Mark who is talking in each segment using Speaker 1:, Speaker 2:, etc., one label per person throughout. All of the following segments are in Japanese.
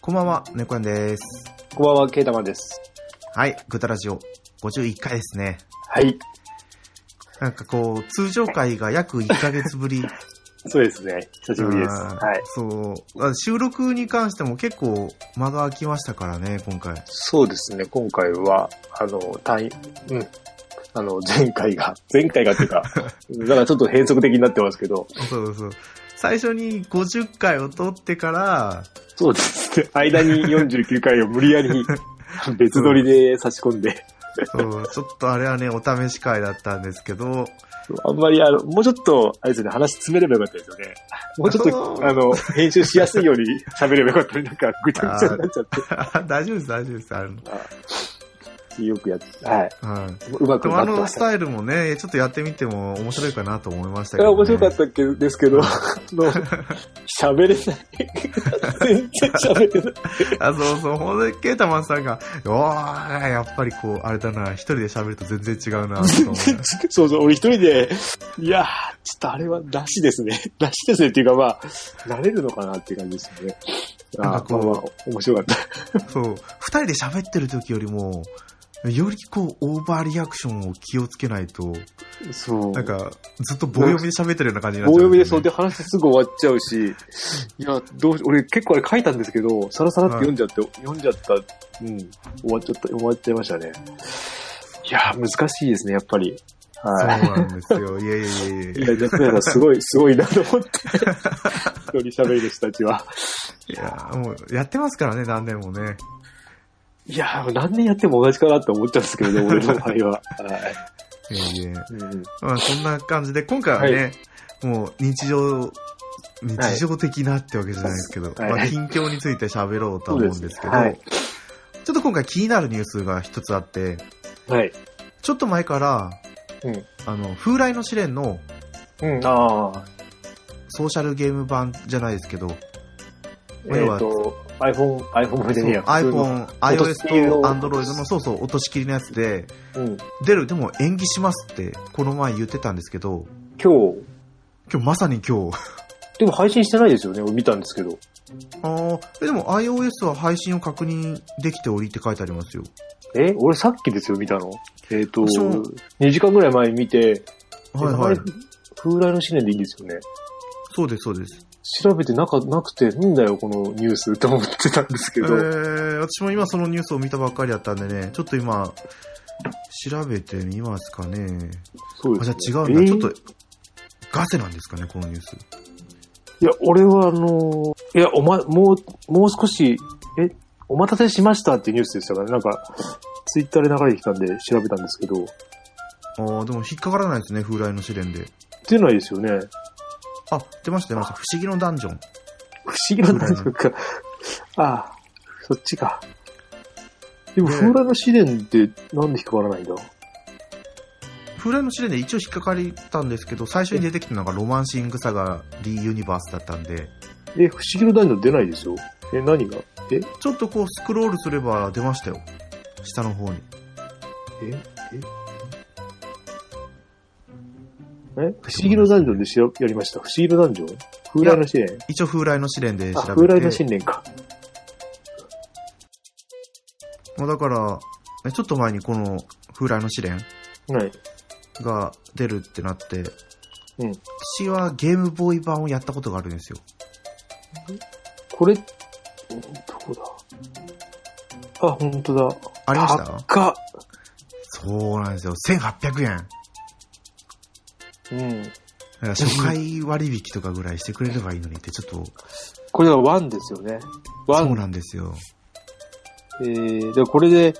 Speaker 1: こんばんは、猫やんです。
Speaker 2: こんばんは、ケイタマンです。
Speaker 1: はい、グタラジオ51回ですね。
Speaker 2: はい。
Speaker 1: なんかこう、通常回が約1ヶ月ぶり。
Speaker 2: そうですね。久しぶりです。
Speaker 1: うん
Speaker 2: はい。
Speaker 1: そう。あ収録に関しても結構間が空きましたからね、今回。
Speaker 2: そうですね。今回は、あの、単位、うん。あの、前回が、前回がっていう か、だからちょっと変則的になってますけど、
Speaker 1: そうそうそう。最初に50回を撮ってから、
Speaker 2: そうですね。間に49回を無理や り別撮りで差し込んで、
Speaker 1: そう、ちょっとあれはね、お試し会だったんですけど、
Speaker 2: あんまり、あの、もうちょっと、あれですね、話詰めればよかったですよね。もうちょっ
Speaker 1: あそう
Speaker 2: と、あの、編集しやすいように喋ればよかったのになんかぐちゃぐちゃになっちゃって
Speaker 1: 大丈夫です、大丈夫です。あの、
Speaker 2: あ。よくやっはい。
Speaker 1: うん。
Speaker 2: うまく
Speaker 1: でも
Speaker 2: な
Speaker 1: あ
Speaker 2: って
Speaker 1: の
Speaker 2: まし
Speaker 1: ス
Speaker 2: た。
Speaker 1: タイルもね、ちょっとやってみても面白いかなと思いましたけ
Speaker 2: いや
Speaker 1: ど、ね。
Speaker 2: 面白かったっけですけ ど、あの、喋れない。全然喋れない。
Speaker 1: あ、そうそう、ほんとにケータマンさんが、おー、やっぱりこう、あれだな、一人で喋ると全然違うな、と思う。
Speaker 2: そうそう、俺一人で、いやー、ちょっとあれはなしですね。 なしですねっていうかまあ、慣れるのかなっていう感じですよね。あー
Speaker 1: なんかこう
Speaker 2: まあまあ、面白かった。
Speaker 1: そう、二人で喋ってる時よりも、よりこう、オーバーリアクションを気をつけないと、
Speaker 2: そう。
Speaker 1: なんか、ずっと棒読みで喋ってるような感じにな
Speaker 2: 棒
Speaker 1: っちゃう
Speaker 2: 読
Speaker 1: んよね、
Speaker 2: みでそうで話すぐ終わっちゃうし、いや、どうし俺結構あれ書いたんですけど、さらさらって読んじゃって、読んじゃった、うん、終わっちゃった、終わっちゃいましたね。いやー、難しいですね、やっぱり。はい。
Speaker 1: そうなんですよ。いやいやいやい
Speaker 2: い
Speaker 1: や
Speaker 2: や、ジャックやらすごい、すごいなと思 って。一人喋る人たちは。
Speaker 1: いや。もう、やってますからね、何年もね。
Speaker 2: いや、何年やっても同じかなって思っちゃうんです けどね、俺の場合は。はい
Speaker 1: いやいや。
Speaker 2: うん
Speaker 1: まあ、そんな感じで、今回はね、もう、日常、日常的なってわけじゃないですけど、
Speaker 2: はい
Speaker 1: まあ、近況について喋ろうとは思うんですけど、
Speaker 2: そうです
Speaker 1: ちょっと今回気になるニュースが一つあって、
Speaker 2: はい。
Speaker 1: ちょっと前から、
Speaker 2: うん
Speaker 1: あの、風来の試練の
Speaker 2: うん、ああ。
Speaker 1: ソーシャルゲーム版じゃないですけど、
Speaker 2: えっ、
Speaker 1: 俺は
Speaker 2: と、iPhone、iPhone でねえや。
Speaker 1: iPhone、
Speaker 2: 落とし切り
Speaker 1: iOS
Speaker 2: の
Speaker 1: と Android の、そうそう、落とし切りのやつで、
Speaker 2: うん。
Speaker 1: 出る、でも延期しますって、この前言ってたんですけど、
Speaker 2: 今日、
Speaker 1: 今日まさに今日、
Speaker 2: でも配信してないですよね、俺見たんですけど。
Speaker 1: あーえでも iOS は配信を確認できておりって書いてありますよ。
Speaker 2: え俺さっきですよ、見たの。えっ、と、
Speaker 1: 私も
Speaker 2: 2時間ぐらい前に見て、
Speaker 1: はいはい
Speaker 2: え。風来の試練でいいんですよね。
Speaker 1: そうです、そうです。
Speaker 2: 調べてなかなくて、なんだよ、このニュースと思ってたんですけ
Speaker 1: え
Speaker 2: ど。
Speaker 1: ー、私も今そのニュースを見たばっかりだったんでね、ちょっと今、調べてみますかね。
Speaker 2: そう
Speaker 1: あ、
Speaker 2: で
Speaker 1: じ
Speaker 2: す
Speaker 1: ゃ
Speaker 2: ね
Speaker 1: あ違うんだ。
Speaker 2: えー
Speaker 1: ちょっと、ガセなんですかね、このニュース。
Speaker 2: いや、俺はあのーいや、おま、もう、もう少し、え、お待たせしましたっていうニュースでしたから、ね、なんか、ツイッターで流れてきたんで調べたんですけど、
Speaker 1: ああ、でも引っかからないですね、風来の試練で。
Speaker 2: 出ないですよね。
Speaker 1: あ、出ました、出ました。不思議のダンジョン。
Speaker 2: 不思議なんだとか。ああ、そっちか。でも、
Speaker 1: ね
Speaker 2: 風来の試練ってなんで引っかからないんだ
Speaker 1: 風来の試練で一応引っかかりたんですけど、最初に出てきたのがロマンシングサガリーユニバースだったんで、
Speaker 2: え、不思議の男女出ないですよ。え、何がえ、
Speaker 1: ちょっとこうスクロールすれば出ましたよ。下の方に。
Speaker 2: え、ええ不思議の男女でしらやりました。不思議の男女風来の試練
Speaker 1: 一応風来の試練で調
Speaker 2: あ、
Speaker 1: べて。
Speaker 2: 風来の試練か。
Speaker 1: もうだから、ねちょっと前にこの風来の試練
Speaker 2: はい。
Speaker 1: が出るってなって、
Speaker 2: うん
Speaker 1: 私はゲームボーイ版をやったことがあるんですよ。
Speaker 2: これ、どこだあ、本当だ。
Speaker 1: ありました
Speaker 2: 高っ。
Speaker 1: そうなんですよ。1800円。
Speaker 2: うん。
Speaker 1: だから初回割引とかぐらいしてくれればいいのにって、ちょっと、
Speaker 2: これはワンですよね。ワ
Speaker 1: そう
Speaker 2: ン。
Speaker 1: なんですよ。
Speaker 2: えー、で、これで、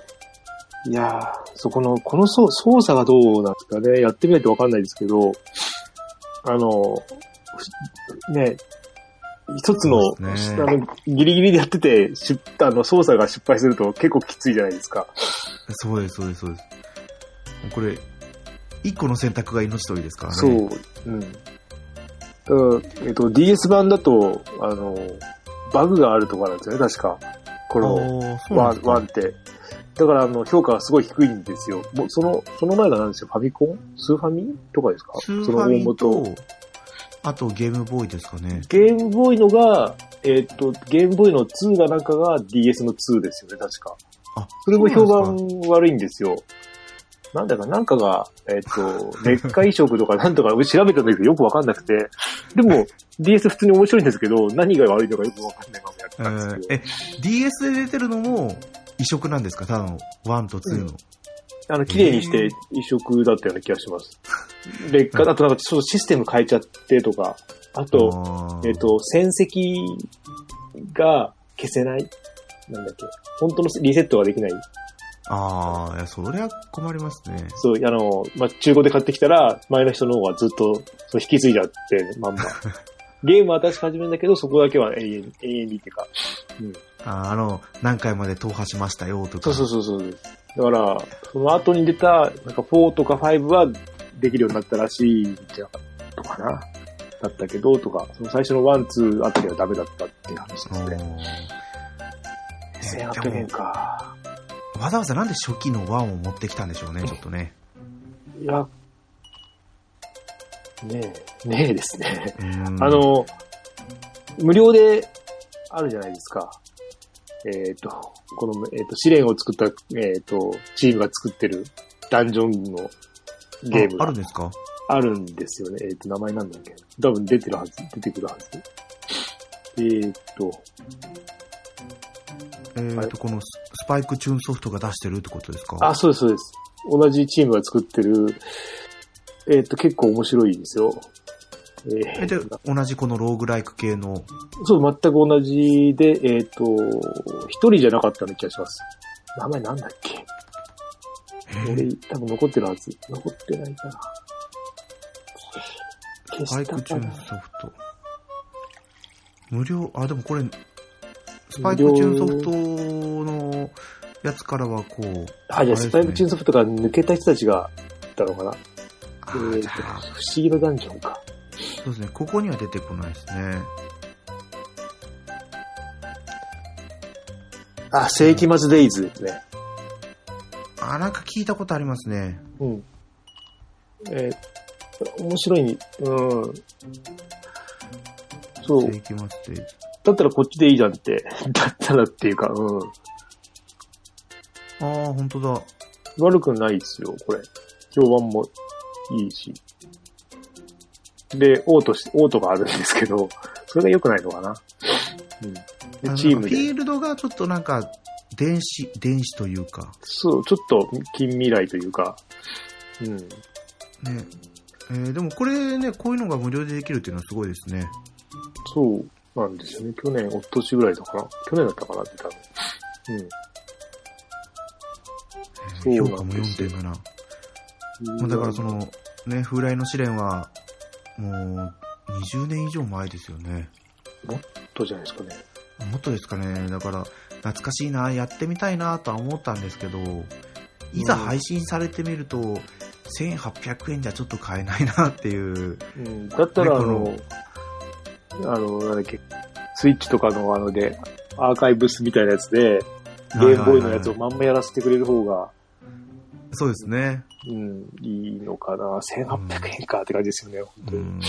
Speaker 2: いやー、そこの、この操操作がどうなんですかね。やってみないとわかんないですけど、あの、ふね、一つの、
Speaker 1: そうです
Speaker 2: あ
Speaker 1: ね
Speaker 2: の、ギリギリでやってて、しあの、操作が失敗すると結構きついじゃないですか。
Speaker 1: そうです、そうです、そうです。これ、一個の選択が命取りですからね。
Speaker 2: そう。うん。だからえっと、DS 版だと、あの、バグがあるとかなんですよね、確か。この、
Speaker 1: あーそうなん
Speaker 2: ワ
Speaker 1: で
Speaker 2: ン、
Speaker 1: すか
Speaker 2: ワンって。だから、あの、評価がすごい低いんですよ。もう、その、その前が何ですよ、ファミコンスーファミとかですか
Speaker 1: スー
Speaker 2: そ
Speaker 1: フ
Speaker 2: の
Speaker 1: ァ
Speaker 2: 大
Speaker 1: ミ
Speaker 2: 元。
Speaker 1: と、あとゲームボーイですかね。
Speaker 2: ゲームボーイのが、えーっと、ゲームボーイの2がなんかが DS の2ですよね、確か。
Speaker 1: あ、
Speaker 2: それも評
Speaker 1: そうなんです
Speaker 2: 判悪いんですよ。なんだか、なんかが、えーっ と、劣化移植とかなんとか調べたんですけど、よくわかんなくて。でも、DS 普通に面白いんですけど、何が悪いのかよくわかんないままやって
Speaker 1: え
Speaker 2: たんです
Speaker 1: ー
Speaker 2: けど。
Speaker 1: え、DS で出てるのも移植なんですかただの1と2の。
Speaker 2: あの、綺麗にして移植だったような気がします。劣化、あとなんか、ちょっとシステム変えちゃってとか、あと、
Speaker 1: あー
Speaker 2: えっ、、と、戦績が消せないなんだっけ本当のリセットができない
Speaker 1: ああ、いや、そりゃ困りますね。
Speaker 2: そう、あの、まあ、中古で買ってきたら、前の人の方がずっとそう引き継いじゃって、まん ま。ゲームは確か始めるんだけど、そこだけは永遠に、永遠にっていうか。
Speaker 1: あーあの、何回まで踏破しましたよとか。
Speaker 2: そうそうそうそう。だから、その後に出た、なんか4とか5はできるようになったらしいんじゃなかったかな。だったけど、とか、その最初の1、2あたりはダメだったっていう話
Speaker 1: おー
Speaker 2: ですね。
Speaker 1: ね
Speaker 2: 1800円か。
Speaker 1: わざわざなんで初期の1を持ってきたんでしょうね、ちょっとね。
Speaker 2: いや、ねえ、ねえですね。
Speaker 1: うーん
Speaker 2: あ、の、無料であるじゃないですか。えっ、と、この、えっ、と、試練を作った、えっ、と、チームが作ってるダンジョンのゲーム
Speaker 1: あある
Speaker 2: が
Speaker 1: んですか
Speaker 2: あるんですよね。えっ、と、名前なんだっけ多分出てるはず、出てくるはず。えっ、と、
Speaker 1: えっ、
Speaker 2: はい
Speaker 1: と、このススパイクチューンソフトが出してるってことですか
Speaker 2: あ、そうです、そうです。同じチームが作ってる、えっ、と、結構面白いですよ。え
Speaker 1: えで
Speaker 2: ー、
Speaker 1: 同じこのローグライク系の、
Speaker 2: そう、全く同じで、えっ、と、一人じゃなかったような気がします。名前なんだっけ俺、多分残ってるはず。残ってないかな。消
Speaker 1: スパイ
Speaker 2: した
Speaker 1: クチ
Speaker 2: か
Speaker 1: ューン
Speaker 2: な。
Speaker 1: ソフト。無料、あ、でもこれ、スパイクチューンソフトのやつからはこう、
Speaker 2: あ、じゃあ、スパイクチューンソフトが抜けた人たちが、だったのか
Speaker 1: あ
Speaker 2: な。え
Speaker 1: ー
Speaker 2: っ、
Speaker 1: じ
Speaker 2: と、
Speaker 1: ゃ
Speaker 2: 不
Speaker 1: あ、
Speaker 2: 思議のダンジョンか。
Speaker 1: そうですね、ここには出てこないですね。
Speaker 2: あ、世紀末デイズですね。
Speaker 1: あ、なんか聞いたことありますね。
Speaker 2: うん。えー面白いに、うん。そう。
Speaker 1: 世紀末で。
Speaker 2: だったらこっちでいいじゃんって。 だったらっていうか、う
Speaker 1: あ
Speaker 2: ん。
Speaker 1: あ、本当だ。
Speaker 2: 悪くないですよ、これ。評判もいいし。で、オートし、オートがあるんですけど、それが良くないのかな。うん。
Speaker 1: あ
Speaker 2: で
Speaker 1: の
Speaker 2: チーム
Speaker 1: フィ
Speaker 2: で。
Speaker 1: ールドがちょっとなんか、電子、電子というか、
Speaker 2: そう、ちょっと近未来というか、うん。
Speaker 1: ね。えーでもこれね、こういうのが無料でできるっていうのはすごいですね。
Speaker 2: そうなんですよね。去年、おとしぐらいだかな。去年だったかなって多分。
Speaker 1: えー
Speaker 2: そう
Speaker 1: 評価も
Speaker 2: なんですよ
Speaker 1: 4.7。も
Speaker 2: うん。
Speaker 1: うだからその、ね、風来の試練は、もう、20年以上前ですよね。
Speaker 2: とじゃないですかね。
Speaker 1: もっとですかね。だから、懐かしいな、やってみたいなとは思ったんですけど、いざ配信されてみると、1800円じゃちょっと買えないなっていう。
Speaker 2: うん。だったら、あ
Speaker 1: ね
Speaker 2: の、あの、なんだっけ、スイッチとかのあので、アーカイブスみたいなやつで、ゲームボーイのやつを
Speaker 1: はいはいはい
Speaker 2: まんまやらせてくれる方が、
Speaker 1: そうですね。
Speaker 2: うん、いいのかな。1800円かって感じですよね、本当
Speaker 1: う
Speaker 2: に。
Speaker 1: ん。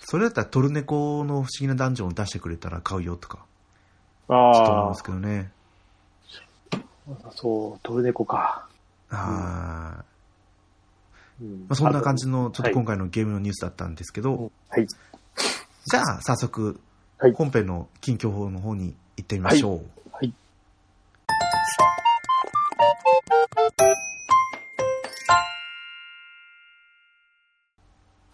Speaker 1: それだったらトルネコの不思議なダンジョンを出してくれたら買うよとか、ちょっと思うん
Speaker 2: あ
Speaker 1: ですけどね。
Speaker 2: あ、そう、トルネコか。
Speaker 1: はい。
Speaker 2: うん
Speaker 1: まあ、そんな感じの、ちょっ
Speaker 2: は
Speaker 1: と
Speaker 2: い
Speaker 1: 今回のゲームのニュースだったんですけど、
Speaker 2: はい。
Speaker 1: じゃあ、早速
Speaker 2: はい、
Speaker 1: 本編の近況報の方に行ってみましょう。
Speaker 2: はいはい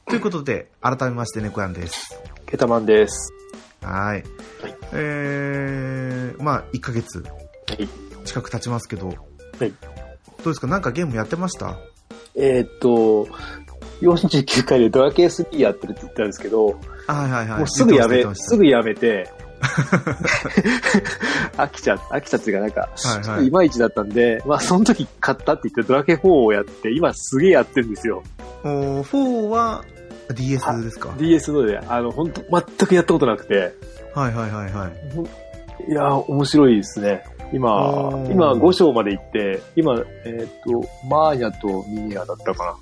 Speaker 1: ということで、改めまして、猫やんです。
Speaker 2: ケタマンです。
Speaker 1: はい。
Speaker 2: はい
Speaker 1: えー、まあ、1ヶ月
Speaker 2: はい。
Speaker 1: 近く経ちますけど、
Speaker 2: い
Speaker 1: どうですかなんかゲームやってました
Speaker 2: えーっと、49回でドラケー3やってるって言ったんですけど、
Speaker 1: あはいはいはい。
Speaker 2: もうすぐやめ
Speaker 1: 言って、ました
Speaker 2: すぐやめて、 飽きちゃ、飽きちゃっていうかなんか、
Speaker 1: はいはい
Speaker 2: ちょっといまいちだったんで、まあその時買ったって言ってドラケー4をやって、今すげえやってるんですよ。
Speaker 1: おー4は DS ですか
Speaker 2: DS ので、あの、本当全くやったことなくて、
Speaker 1: はいはいはいはい。
Speaker 2: ほんいやー、面白いですね。今
Speaker 1: お、ー
Speaker 2: 今5章まで行って、今、えーっ、と、マーニャとミニアだったか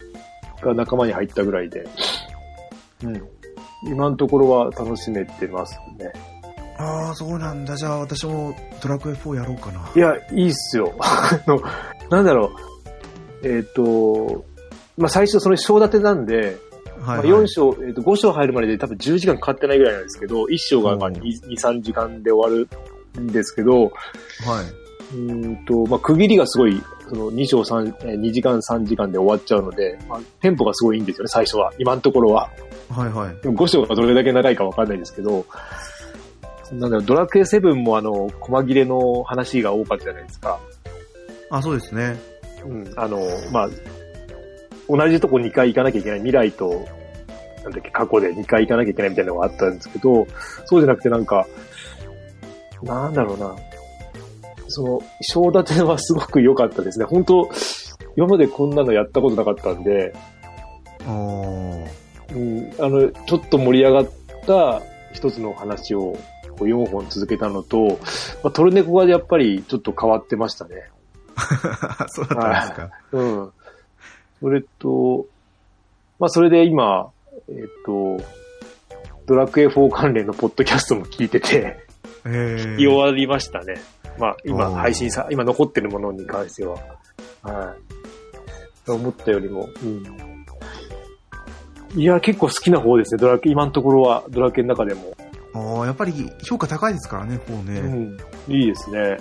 Speaker 2: なが仲間に入ったぐらいで、うん。今のところは楽しめてますね。
Speaker 1: ああ、そうなんだ。じゃあ私もドラクエ4やろうかな。
Speaker 2: いや、いいっすよ。 あの、なんだろう。えっ、と、まあ、最初それ章立てなんで、
Speaker 1: はい、
Speaker 2: まあ、
Speaker 1: は
Speaker 2: 4
Speaker 1: い。
Speaker 2: 章、えっ、と、5章入るまでで多分10時間かかってないぐらいなんですけど、1章がまあ
Speaker 1: うん
Speaker 2: 2, 2、3時間で終わるんですけど、
Speaker 1: はいう
Speaker 2: ーんと、まあ、区切りがすごい、その2章3、えー2時間3時間で終わっちゃうので、まあ、テンポがすごいいいんですよね、最初は。今のところは。
Speaker 1: はいはい。
Speaker 2: でも5章がどれだけ長いかわかんないですけど、なんだろう、ドラクエ7もあの、細切れの話が多かったじゃないですか。
Speaker 1: あ、そうですね。
Speaker 2: うん、あの、まあ、同じとこ2回行かなきゃいけない未来と、なんだっけ、過去で2回行かなきゃいけないみたいなのがあったんですけど、そうじゃなくてなんか、なんだろうな。その、章立てはすごく良かったですね。本当今までこんなのやったことなかったんで、
Speaker 1: おー。
Speaker 2: うん、あの、ちょっと盛り上がった一つの話をこう4本続けたのと、まあ、トルネコがやっぱりちょっと変わってましたね。
Speaker 1: そうだったんですか。
Speaker 2: うん。それと、まあ、それで今、えっ、と、ドラクエ4関連のポッドキャストも聞いてて、
Speaker 1: えー
Speaker 2: 聞き終わりましたね。まあ、今
Speaker 1: おー
Speaker 2: 配信さ、今残ってるものに関しては。はい。思ったよりも、うん。いや、結構好きな方ですね、ドラクエ、今のところは、ドラクエの中でも。
Speaker 1: ああ、やっぱり評価高いですからね、4
Speaker 2: う
Speaker 1: ね。
Speaker 2: ん。いいですね。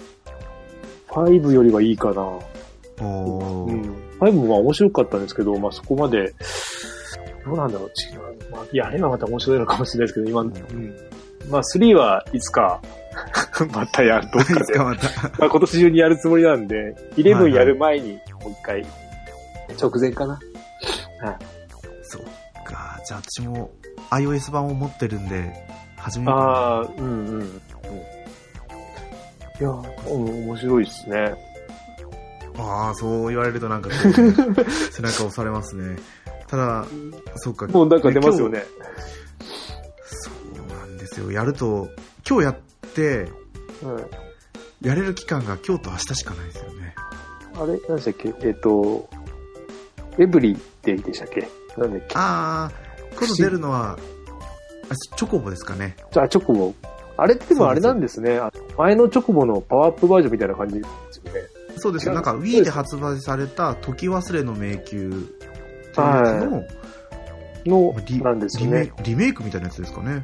Speaker 2: 5よりはいいかな。
Speaker 1: お
Speaker 2: う
Speaker 1: ー。
Speaker 2: ん。5もまあ面白かったんですけど、まあそこまで、どうなんだろう、違う。まあ、いや、あれはまた面白いのかもしれないですけど、今、うん。まあ3はいつか、 またやる、ど っ
Speaker 1: い
Speaker 2: か
Speaker 1: つ
Speaker 2: で。
Speaker 1: か
Speaker 2: ま
Speaker 1: また。
Speaker 2: あ今年中にやるつもりなんで、
Speaker 1: は
Speaker 2: 11
Speaker 1: いはい
Speaker 2: やる前にもう一回、直前かな。
Speaker 1: そっか。じゃあ私も iOS 版を持ってるんで、始めようか
Speaker 2: ああ、うんうん。うんいや、うん、面白いですね。
Speaker 1: な。ああー、そう言われるとなんか こう背中押されますね。ただ、そっか。
Speaker 2: もうなんか出ますよね。
Speaker 1: そうなんですよ。やると、今日やって、
Speaker 2: うん。
Speaker 1: やれる期間が今日と明日しかないですよね。
Speaker 2: あれ何でしたっけえっ、と、エブリデイでしたっけなんだっけ
Speaker 1: ああ、今度出るのは、あチョコボですかね。
Speaker 2: じゃあ、チョコボ。あれってもあれなんですね。あ前のチョコボのパワーアップバージョンみたいな感じですよね。
Speaker 1: そうですよ。
Speaker 2: 違う
Speaker 1: なんか Wii で発売された、時忘れの迷宮っていうやつの、
Speaker 2: の
Speaker 1: まあ、リ
Speaker 2: なんです
Speaker 1: リ
Speaker 2: よ
Speaker 1: メイ
Speaker 2: ね。
Speaker 1: クリメイクみたいなやつですかね。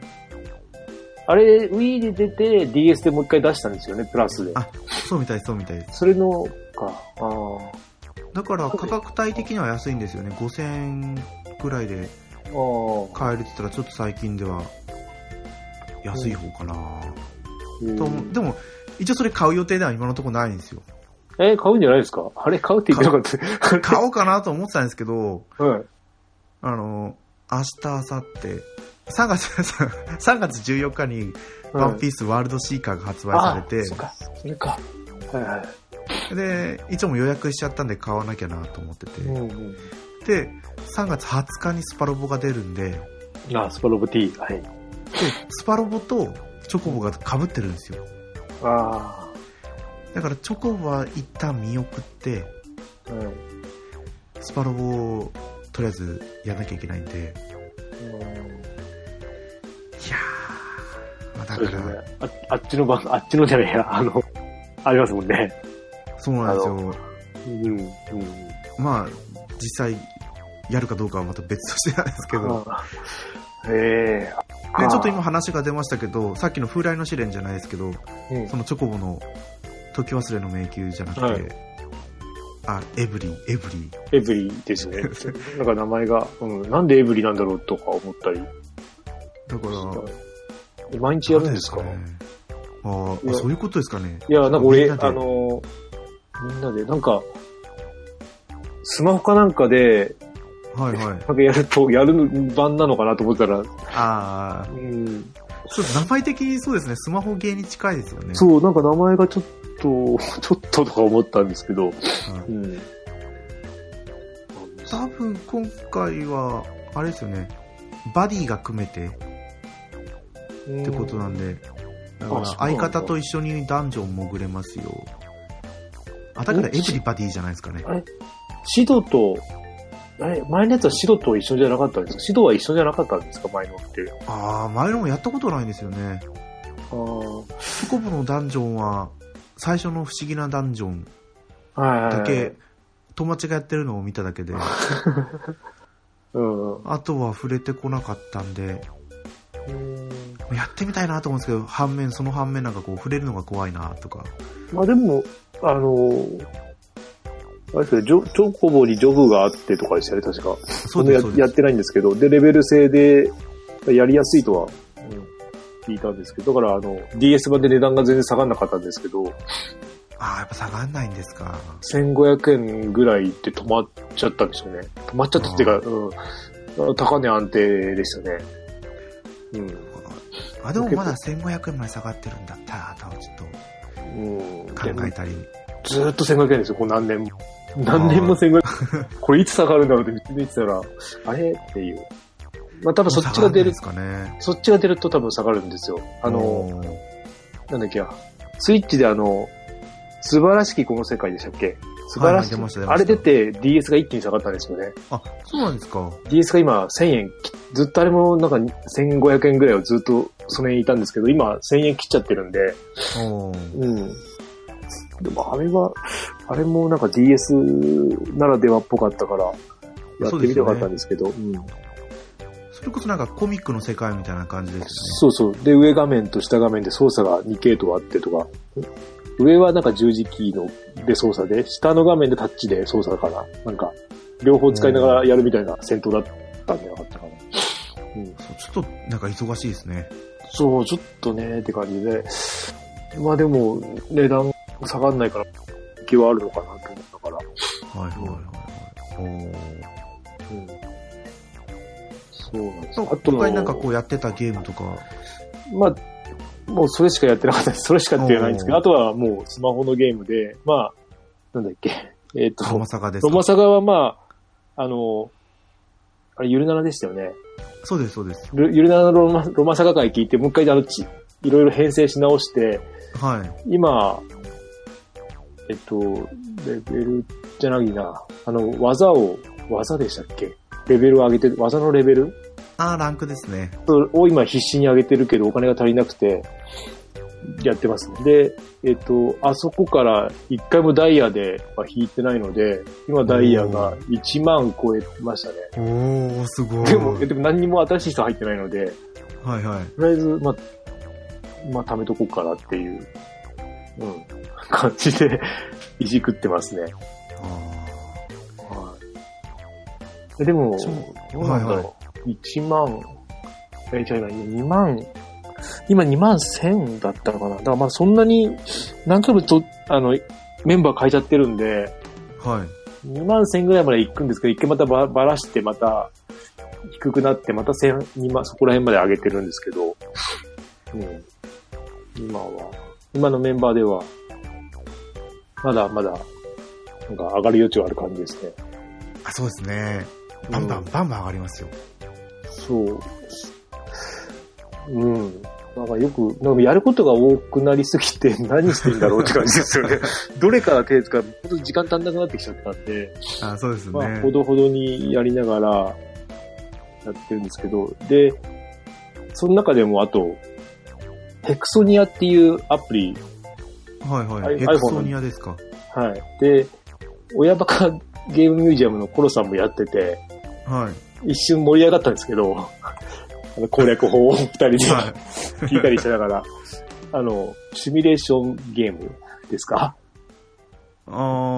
Speaker 2: あれ、Wii で出て DS でもう一回出したんですよね、プラスで
Speaker 1: あ。そうみたいです、そうみたいです。
Speaker 2: それの、か。あー
Speaker 1: だから価格帯的には安いんですよね。5000円ぐらいで
Speaker 2: あー。
Speaker 1: 買えるって言ったら、ちょっと最近では安い方かな、
Speaker 2: うん
Speaker 1: と思うでも、一応それ買う予定では今のところないんですよ。
Speaker 2: え、買うんじゃないですかあれ、買うって言ってなかった。
Speaker 1: 買おうかなと思ってたんですけど、
Speaker 2: う。はい。
Speaker 1: あの、明日、明後日、3月、3月14日に、ワンピ
Speaker 2: ー
Speaker 1: ースワールドシーカーが発売さ
Speaker 2: あ
Speaker 1: れ
Speaker 2: ー、
Speaker 1: て
Speaker 2: そっ、か。それか。はいは
Speaker 1: で、一応もう予約しちゃったんで買わなきゃなと思ってて、
Speaker 2: い。うんうん。
Speaker 1: で、3月20日にスパロボが出るんで、で、
Speaker 2: あー、スパロボ T。はい。
Speaker 1: スパロボとチョコボが被ってるんですよ。
Speaker 2: あ
Speaker 1: だからチョコボは一旦見送って、
Speaker 2: あ。うん。
Speaker 1: スパロボをとりあえずやんなきゃいけないんで、いやー、まあだ
Speaker 2: そう
Speaker 1: か
Speaker 2: ですね
Speaker 1: ら、。
Speaker 2: ああっちの番、あっちのじゃねえや、あの、ありますもんね。
Speaker 1: そうなんですよ。
Speaker 2: うん。うん。
Speaker 1: まあ、実際、やるかどうかはまた別としてなんですけど、
Speaker 2: あー へえ。
Speaker 1: で、ちょっと
Speaker 2: あ
Speaker 1: 今話が出ましたけど、さっきの風来の試練じゃないですけど、
Speaker 2: ー、うん
Speaker 1: そのチョコボの時忘れの迷宮じゃなくて、
Speaker 2: はい
Speaker 1: あ、エブリー、エブリー。
Speaker 2: エブリですね。なんか名前が、うん、なんでエブリなんだろうとか思ったり
Speaker 1: だから、
Speaker 2: した。毎日やるんですか
Speaker 1: なんねあー
Speaker 2: い
Speaker 1: あ、
Speaker 2: や
Speaker 1: そういうことですかね。
Speaker 2: いや、なんか
Speaker 1: み
Speaker 2: 俺、
Speaker 1: んなで
Speaker 2: あの、みんなで、なんか、スマホかなんかで、
Speaker 1: はいはい。
Speaker 2: なんかやると、やる版なのかなと思ったら、う
Speaker 1: ああ、
Speaker 2: ん、
Speaker 1: そう名前的にそうですね、スマホゲーに近いですよね。う。
Speaker 2: そう、なんか名前がちょっと、ちょっととか思ったんですけど、うん。
Speaker 1: 多分今回は、あれですよね、バディが組めてってことなんで、だか
Speaker 2: あ
Speaker 1: ら
Speaker 2: そうなん
Speaker 1: 相
Speaker 2: だ
Speaker 1: 方と一緒にダンジョン潜れますよ。あ、だからエブリバディじゃないですかね。
Speaker 2: あれシドと、あれ、前のやつはシドと一緒じゃなかったんですかシドは一緒じゃなかったんですか前のって。
Speaker 1: ああ、前のもやったことないんですよね。
Speaker 2: あ
Speaker 1: スコボのダンジョンは、最初の不思議なダンジョン
Speaker 2: あ。はいはいはい。
Speaker 1: だけ、友達がやってるのを見ただけで、
Speaker 2: うんうん。
Speaker 1: あとは触れてこなかったんで、
Speaker 2: うん
Speaker 1: やってみたいなと思うんですけど、反面、その反面なんかこう、触れるのが怖いなとか。
Speaker 2: まあでも、あの、あれですね、ジョ、超工房にジョブがあってとかでしたね、確か。
Speaker 1: そ
Speaker 2: そん
Speaker 1: う
Speaker 2: な
Speaker 1: です、
Speaker 2: や
Speaker 1: そう
Speaker 2: や
Speaker 1: で
Speaker 2: っ
Speaker 1: す。
Speaker 2: てないんですけど、で、レベル制でやりやすいとは、うん聞いたんですけど、だからあの、DS 版で値段が全然下がんなかったんですけど、
Speaker 1: ああ、やっぱ下がんないんですか。
Speaker 2: 1500円ぐらいで止まっちゃったんですよね。止まっちゃったっていうか、うん。高値安定でしたね。うん。
Speaker 1: あ、でもまだ1500円まで下がってるんだったら、多分ちょっと
Speaker 2: うん、
Speaker 1: 考えたり。
Speaker 2: ずーっと1500円ですよ、こう何年も。何年も1500円。これいつ下がるんだろうって見てたら、あれっていう。まあ多分そっちが出る
Speaker 1: もう、下がんないですかね。
Speaker 2: そっちが出ると多分下がるんですよ。あの、
Speaker 1: おー、
Speaker 2: なんだっけな、スイッチであの、素晴らしきこの世界でしたっけ素晴らしき、
Speaker 1: はいはい出ました出ました
Speaker 2: あれ出て DS が一気に下がったんですよね。
Speaker 1: あ、そうなんですか。
Speaker 2: DS が今1000円き、ずっとあれもなんか1500円ぐらいをずっとその辺いたんですけど、今1000円切っちゃってるんで、
Speaker 1: おー
Speaker 2: うん。でもあれは、あれもなんか DS ならではっぽかったから、やってみたかったんですけど、うん
Speaker 1: それこそなんかコミックの世界みたいな感じですよね。
Speaker 2: そうそう。で、上画面と下画面で操作が2系統あってとか、上はなんか十字キーので操作で、下の画面でタッチで操作かな。なんか、両方使いながらやるみたいな戦闘だったんじゃなかったかな。
Speaker 1: そうちょっとなんか忙しいですね。
Speaker 2: そう、ちょっとね、って感じで。まあでも、値段下がんないから、気はあるのかなと思ったから。
Speaker 1: はいはいはいはい。おー
Speaker 2: うん。そうなんです
Speaker 1: そう
Speaker 2: あとの
Speaker 1: 他になんかこうやってたゲームとか、
Speaker 2: まあ、もうそれしかやってなかったです。それしかって言わないんですけど、
Speaker 1: おー
Speaker 2: あとはもうスマホのゲームで、まあ、なんだっけ。えっ、と、
Speaker 1: ロマサガです
Speaker 2: ロ
Speaker 1: か
Speaker 2: マサガはまあ、あの、あれ、ゆるななでしたよね。
Speaker 1: そうですそうです。
Speaker 2: ゆゆるななのロマロマサガ会聞いて、もう一回あのち、いろいろ編成し直して、
Speaker 1: はい。
Speaker 2: 今、えっと、レベルじゃないな、あの、技を、技でしたっけレベルを上げて、技のレベル
Speaker 1: あーランクですね。
Speaker 2: を今必死に上げてるけど、お金が足りなくて、やってますね。で、えっと、あそこから一回もダイヤでは引いてないので、今ダイヤが1万超えましたね。
Speaker 1: おー、すごい。
Speaker 2: でも、えでも何にも新しい人入ってないので、と
Speaker 1: はいはい。
Speaker 2: りあえず、まあ、まあ、貯めとこうかなっていう、うん、感じで、 いじくってますね。
Speaker 1: あ
Speaker 2: はい。えでも、
Speaker 1: そう
Speaker 2: どうなんだろう。1万、え、違う違う、2万、今2万1000だったのかな。だからまあそんなに、何回もと、あの、メンバー変えちゃってるんで、
Speaker 1: ーはい。
Speaker 2: 2万1000ぐらいまで行くんですけど、一回またばばらして、また低くなって、また千2万、そこら辺まで上げてるんですけど、うん。今は、今のメンバーでは、まだまだ、なんか上がる余地はある感じですね。
Speaker 1: あ、そうですね。バンバンバンバン上がりますよ。
Speaker 2: そう。うん。なんかよく、なんかやることが多くなりすぎて何してんだろうって感じですよね。どれから手つか、本当に時間足んなくなってきちゃったんで、
Speaker 1: あそうですね。
Speaker 2: まあ、ほどほどにやりながらやってるんですけど、で、その中でもあと、ヘクソニアっていうアプリ、
Speaker 1: はいは
Speaker 2: あ
Speaker 1: い。ヘクソニアですか。
Speaker 2: はい。で、親バカゲームミュージアムのコロさんもやってて、
Speaker 1: はい。
Speaker 2: 一瞬盛り上がったんですけど、 あの攻略法を二人で
Speaker 1: はい。
Speaker 2: 聞いたりしながら、あの、シミュレーションゲームですか
Speaker 1: あ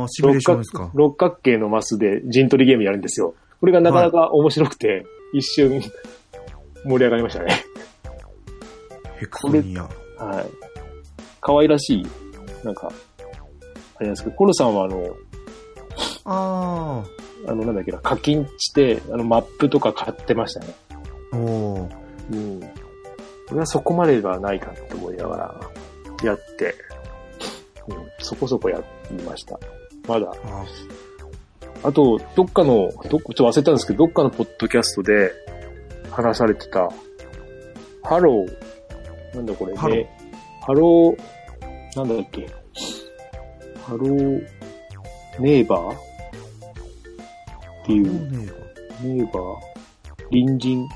Speaker 1: ーシミュレーションですか。
Speaker 2: 六角形のマスで陣取りゲームやるんですよ。これがなかなか面白くて、一瞬盛り上がりましたね。
Speaker 1: ヘクソニア。
Speaker 2: はい。可愛らしい、なんか、あれなんですけど、コロさんはあの、
Speaker 1: あ
Speaker 2: あの、なんだっけな、課金して、あの、マップとか買ってましたね。
Speaker 1: ーおー
Speaker 2: うん。俺はそこまではないかって思いながら、やって、うん、そこそこやりました。まだ
Speaker 1: あ
Speaker 2: あと、どっかの、どっちょっと忘れたんですけど、どっかのポッドキャストで話されてた、ハロー、なんだこれ
Speaker 1: ハロー
Speaker 2: ね、ハロー、なんだっけ、ハロー、ネイバーってい
Speaker 1: ー
Speaker 2: う、
Speaker 1: ね
Speaker 2: ネイバー、隣人、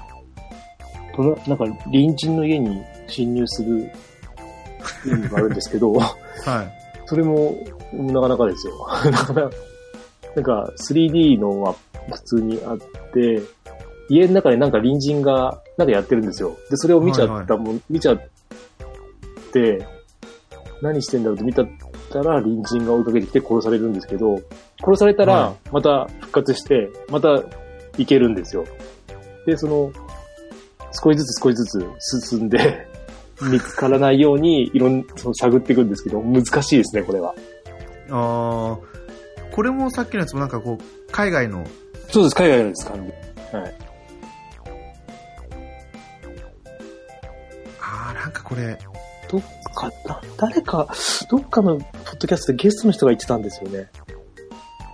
Speaker 2: とななんか隣人の家に侵入するゲームがあるんですけど、
Speaker 1: はい。
Speaker 2: それも、なかなかですよ。 なかなか、なんか 3D のは普通にあって、家の中でなんか隣人が、なんかやってるんですよ。で、それを見ちゃったもん、見ちゃって、何してんだろうって見たったら隣人が追いかけてきて殺されるんですけど、殺されたら
Speaker 1: は、
Speaker 2: また復活して、また行けるんですよ。で、その、少しずつ少しずつ進んで、 見つからないように、いろん、その探っていくんですけど、難しいですね、これは。
Speaker 1: あーこれもさっきのやつもなんかこう、海外の、
Speaker 2: そうです、海外なんです、完全に
Speaker 1: あーなんかこれ、
Speaker 2: どっか、だ誰か、どっかのポッドキャストでゲストの人が言ってたんですよね。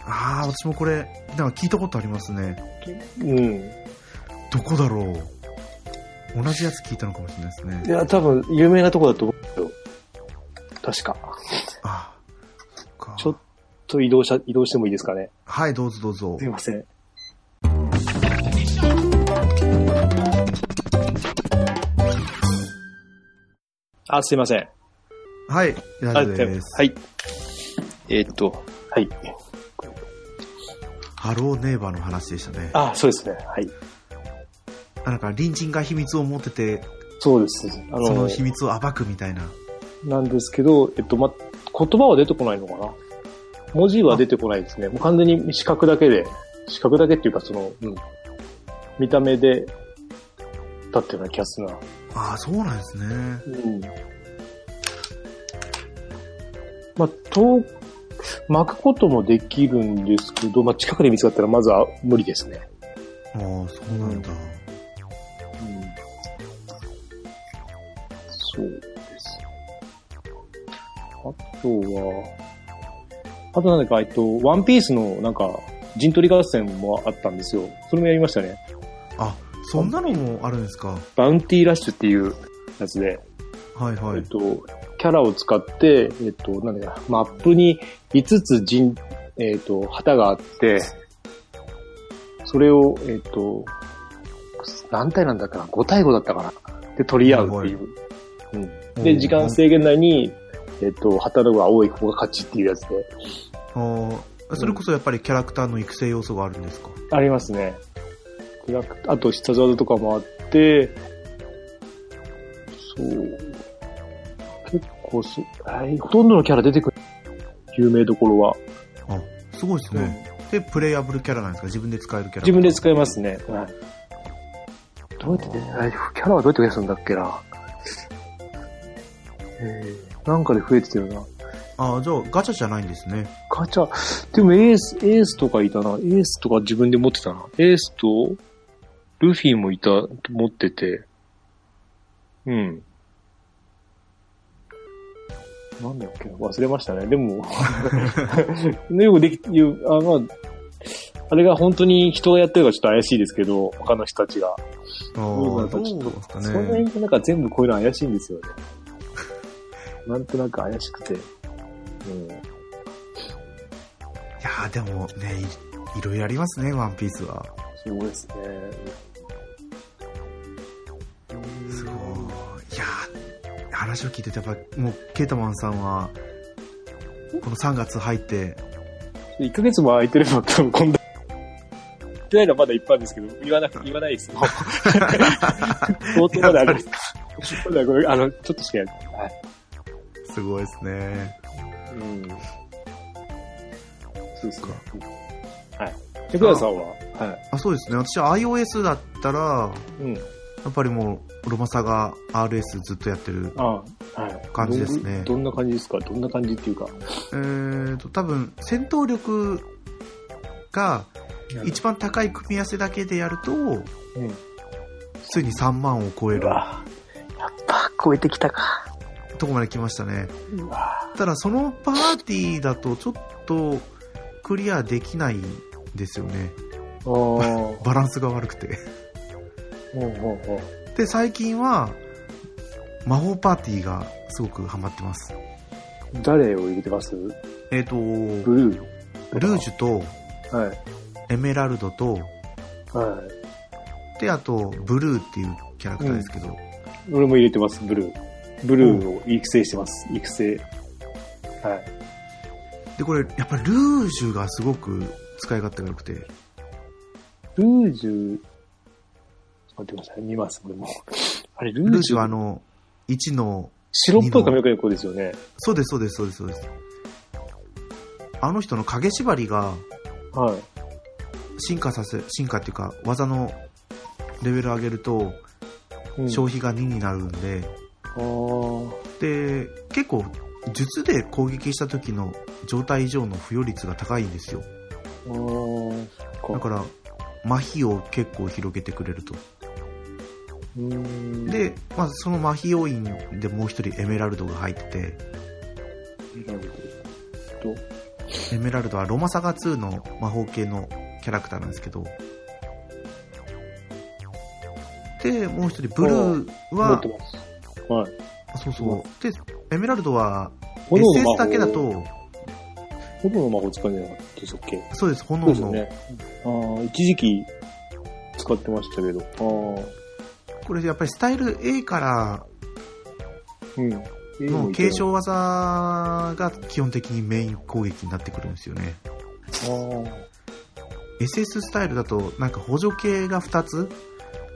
Speaker 1: ああ、私もこれ、なんか聞いたことありますね。
Speaker 2: うん。
Speaker 1: どこだろう。同じやつ聞いたのかもしれないですね
Speaker 2: い。や、多分、有名なとこだと思うよ。確か。
Speaker 1: あーか
Speaker 2: ちょっと移動し移動してもいいですかね。
Speaker 1: はい、どうぞどうぞ
Speaker 2: す。いません。あ、すいません。
Speaker 1: はい、大
Speaker 2: あ
Speaker 1: 丈夫です。
Speaker 2: はい。えーっと、はい。
Speaker 1: ハローネイバーの話でしたね。あ
Speaker 2: あ、そうですね。はい。
Speaker 1: なんか隣人が秘密を持ってて、
Speaker 2: そうです。あ
Speaker 1: そ
Speaker 2: の
Speaker 1: の、秘密を暴くみたいな。
Speaker 2: なんですけど、えっと、ま、言葉は出てこないのかな文字は出てこないですね。もう完全に視覚だけで、視覚だけっていうか、その、うん。見た目で、だってな気がするな。
Speaker 1: ああ、そうなんですね。
Speaker 2: うん。まあ、と、巻くこともできるんですけど、まあ、近くで見つかったらまずは無理ですね。
Speaker 1: ああ、そうなんだ。
Speaker 2: うん。そうです。あとは、あとなんか、えっと、ワンピースのなんか、陣取り合戦もあったんですよ。それもやりましたね。
Speaker 1: あ、そんなのもあるんですか。
Speaker 2: バウンティーラッシュっていうやつで、
Speaker 1: はいは
Speaker 2: えっ
Speaker 1: い。
Speaker 2: と、キャラを使って、えっと、なんだっけな、マップに5つ陣、えっと、旗があって、それを、えっと、何体なんだっけな、5対5だったかな。で、取り合うっていう。うん。
Speaker 1: う
Speaker 2: で、
Speaker 1: ん
Speaker 2: 時間制限内に、えっと、旗のが青い子が勝ちっていうやつで。
Speaker 1: あーそれこそやっぱりキャラクターの育成要素があるんですか。
Speaker 2: ありますね。暗くあと、必殺技とかもあって、そう。結構す、はい、ほとんどのキャラ出てくる。有名どころは。
Speaker 1: あ、すごいですね。で、プレイアブルキャラなんですか自分で使えるキャラ。
Speaker 2: 自分で
Speaker 1: え
Speaker 2: 使えますね。はい。どうやって出、あキャラはどうやって増やすんだっけな。えー、なんかで増えててるな。
Speaker 1: ああ、じゃあガチャじゃないんですね。
Speaker 2: ガチャ、でもエース、エースとかいたな。エースとか自分で持ってたな。エースと、ルフィもいた、持ってて。うん。なんだっけな忘れましたね。でも、ねよくでき、よあまあ、あれが本当に人がやってるかちょっと怪しいですけど、他の人たちが。
Speaker 1: ああ、
Speaker 2: そ
Speaker 1: ど
Speaker 2: う
Speaker 1: う
Speaker 2: だちょっと
Speaker 1: ですか
Speaker 2: そんな
Speaker 1: ね。
Speaker 2: になんか全部こういうの怪しいんですよね。なんとなく怪しくて。うん。
Speaker 1: いやーでもね、いいろいろありますね、ワンピースは。
Speaker 2: そうですね。
Speaker 1: すごい。いやー話を聞いてて、やっぱもう、ケータマンさんは、この3月入って、
Speaker 2: 1ヶ月も空いてれば多分こんな。言ってないのはまだいっぱいあるんですけど、言わなく、言わないですよ。相当まだあるんですか。まだこれ、あの、ちょっとしかやってない。
Speaker 1: すごいですね。
Speaker 2: うん。そうです
Speaker 1: か
Speaker 2: はい。で、くやさんはは
Speaker 1: あ、そうですね。私は iOS だったら、
Speaker 2: い。うん。
Speaker 1: やっぱりもう、ロマサが RS ずっとやってる。
Speaker 2: ああ、はい。
Speaker 1: 感じですね
Speaker 2: どんどんな感じですかどんな感じっていうか。
Speaker 1: えーと、多分、戦闘力が一番高い組み合わせだけでやると、
Speaker 2: うん。
Speaker 1: ついに3万を超え
Speaker 2: う
Speaker 1: る
Speaker 2: わやっぱ超えてきたか。
Speaker 1: とこまで来ましたね。
Speaker 2: うわ
Speaker 1: ただ、そのパーティーだとちょっとクリアできないんですよね。
Speaker 2: あー。
Speaker 1: バランスが悪くて。
Speaker 2: ほうほうほう。
Speaker 1: で、最近は、魔法パーティーがすごくハマってます。
Speaker 2: 誰を入れてます
Speaker 1: えっ、と、
Speaker 2: ブルー
Speaker 1: ルージュと、
Speaker 2: ュ。はい。
Speaker 1: エメラルドと、
Speaker 2: は
Speaker 1: で、あと、ブルーっていうキャラクターですけど、
Speaker 2: い。俺も入れてます、ブルー。ブルーを育成してます。育成。はい。
Speaker 1: で、これ、やっぱルージュがすごく使い勝手が良くて。
Speaker 2: ルージュ、ちょっと待ってください。見ます、これも。あれ、ル
Speaker 1: ル
Speaker 2: ー
Speaker 1: ー
Speaker 2: ジ
Speaker 1: ジュ
Speaker 2: ュ
Speaker 1: は
Speaker 2: は
Speaker 1: あの、1の、
Speaker 2: 白っぽい髪の毛の子ですよね。
Speaker 1: そうです、そうです、そうです、そうです。あの人の影縛りが
Speaker 2: はい。
Speaker 1: 進化させ、進化っていうか、技のレベル上げると、
Speaker 2: うん、
Speaker 1: 消費が2になるんで、
Speaker 2: あー
Speaker 1: で、結構、術で攻撃した時の状態以上の付与率が高いんですよ。
Speaker 2: あー。、
Speaker 1: だからら、麻痺を結構広げてくれると。
Speaker 2: うーん、
Speaker 1: で、まあ、その麻痺要因でもう一人エメラルドが入ってて、
Speaker 2: なる
Speaker 1: エメラルドはロマサガ2の魔法系のキャラクターなんですけど、で、もう一人ブルー
Speaker 2: ほど。持
Speaker 1: は
Speaker 2: って、ます。はい。
Speaker 1: そうそう、で、エメラルドは
Speaker 2: 炎の魔
Speaker 1: SS
Speaker 2: 法
Speaker 1: だけだと、
Speaker 2: 炎の魔法使えなかったでしたっけ
Speaker 1: そうです、
Speaker 2: そう
Speaker 1: 炎
Speaker 2: ですよ
Speaker 1: の、
Speaker 2: ね。ああ、一時期使ってましたけど。ああ。
Speaker 1: これやっぱりスタイル A から
Speaker 2: うん。
Speaker 1: の継承技が基本的にメイン攻撃になってくるんですよね。
Speaker 2: ああ。
Speaker 1: SS スタイルだとなんか補助系が2つ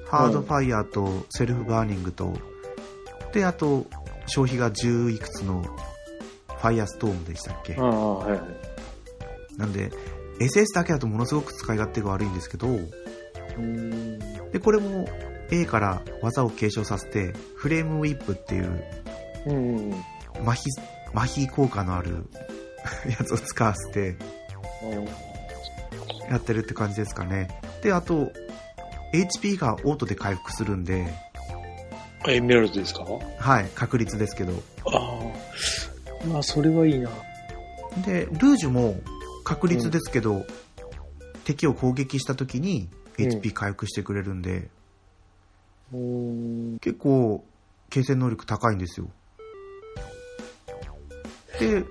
Speaker 1: ハードファイヤーとセルフバーニングと、であと消費が10いくつのファイヤーストームでしたっけ、
Speaker 2: ああ、はいはい。
Speaker 1: なんで SS だけだとものすごく使い勝手が悪いんですけど
Speaker 2: うーん。
Speaker 1: でこれも A から技を継承させてフレームウィップっていう
Speaker 2: うん。あ
Speaker 1: 麻痺麻痺効果のある やつを使わせてやってるって感じですかねであと HP がオートで回復するんで
Speaker 2: あエメラルドですか
Speaker 1: はい、確率ですけど。
Speaker 2: ああ。まあ、それはいいな。
Speaker 1: で、ルージュも確率ですけど、敵を攻撃した時に
Speaker 2: うん
Speaker 1: HP 回復してくれるんで、
Speaker 2: うーん。
Speaker 1: 結構、継戦能力高いんですよ。で、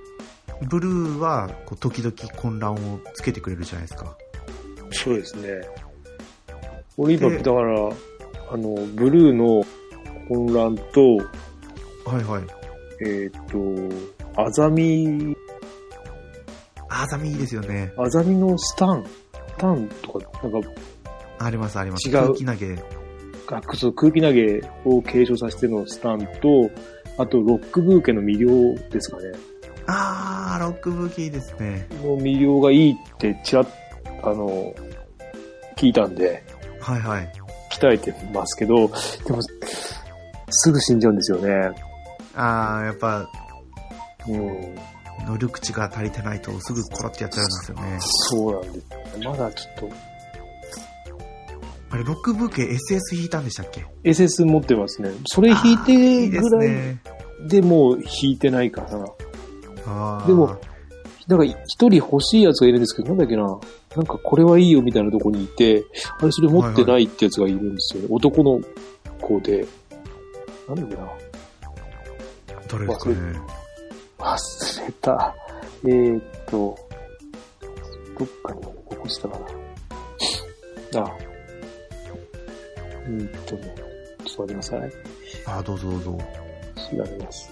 Speaker 1: ブルーはこう時々混乱をつけてくれるじゃないですか。
Speaker 2: そうですね。俺今、
Speaker 1: で
Speaker 2: だから、あの、ブルーの混乱と、
Speaker 1: はいはい。
Speaker 2: えっ、と、アザミ
Speaker 1: アザミいいですよね。
Speaker 2: アザミのスタン、スタンとか、なんか、
Speaker 1: ありますあります。
Speaker 2: 違う
Speaker 1: 空気投げ。
Speaker 2: 学そう空気投げを継承させてのスタンと、あと、ロックブーケの魅了ですかね。
Speaker 1: あー、ロック武器いいですね。
Speaker 2: の魅了がいいって、ちらっ、あの、聞いたんで、
Speaker 1: はいはい。
Speaker 2: 鍛えてますけど、でも、すぐ死んじゃうんですよね。
Speaker 1: あー、やっぱ、
Speaker 2: うん。
Speaker 1: 能力値が足りてないとすぐコロってやっちゃうんですよね。
Speaker 2: そうなんです。まだちょっと、
Speaker 1: あれ、ロックブーケ SS 引いたんでしたっけ
Speaker 2: SS 持ってますね。それ引いてぐら
Speaker 1: あーいいです
Speaker 2: い
Speaker 1: ね。
Speaker 2: でもう引いてないからな。
Speaker 1: あー
Speaker 2: でも、なんか一人欲しいやつがいるんですけど、なんだっけな。なんかこれはいいよみたいなとこにいて、あれそれ持ってないってやつがいるんですよね。男の子で。なんだっけな。
Speaker 1: どれですかね。
Speaker 2: 忘れた。えー、っと、どっかに残したかな。あ、うーんとね、ちょっと待ってください。
Speaker 1: あー、どうぞどうぞ。
Speaker 2: 調べます。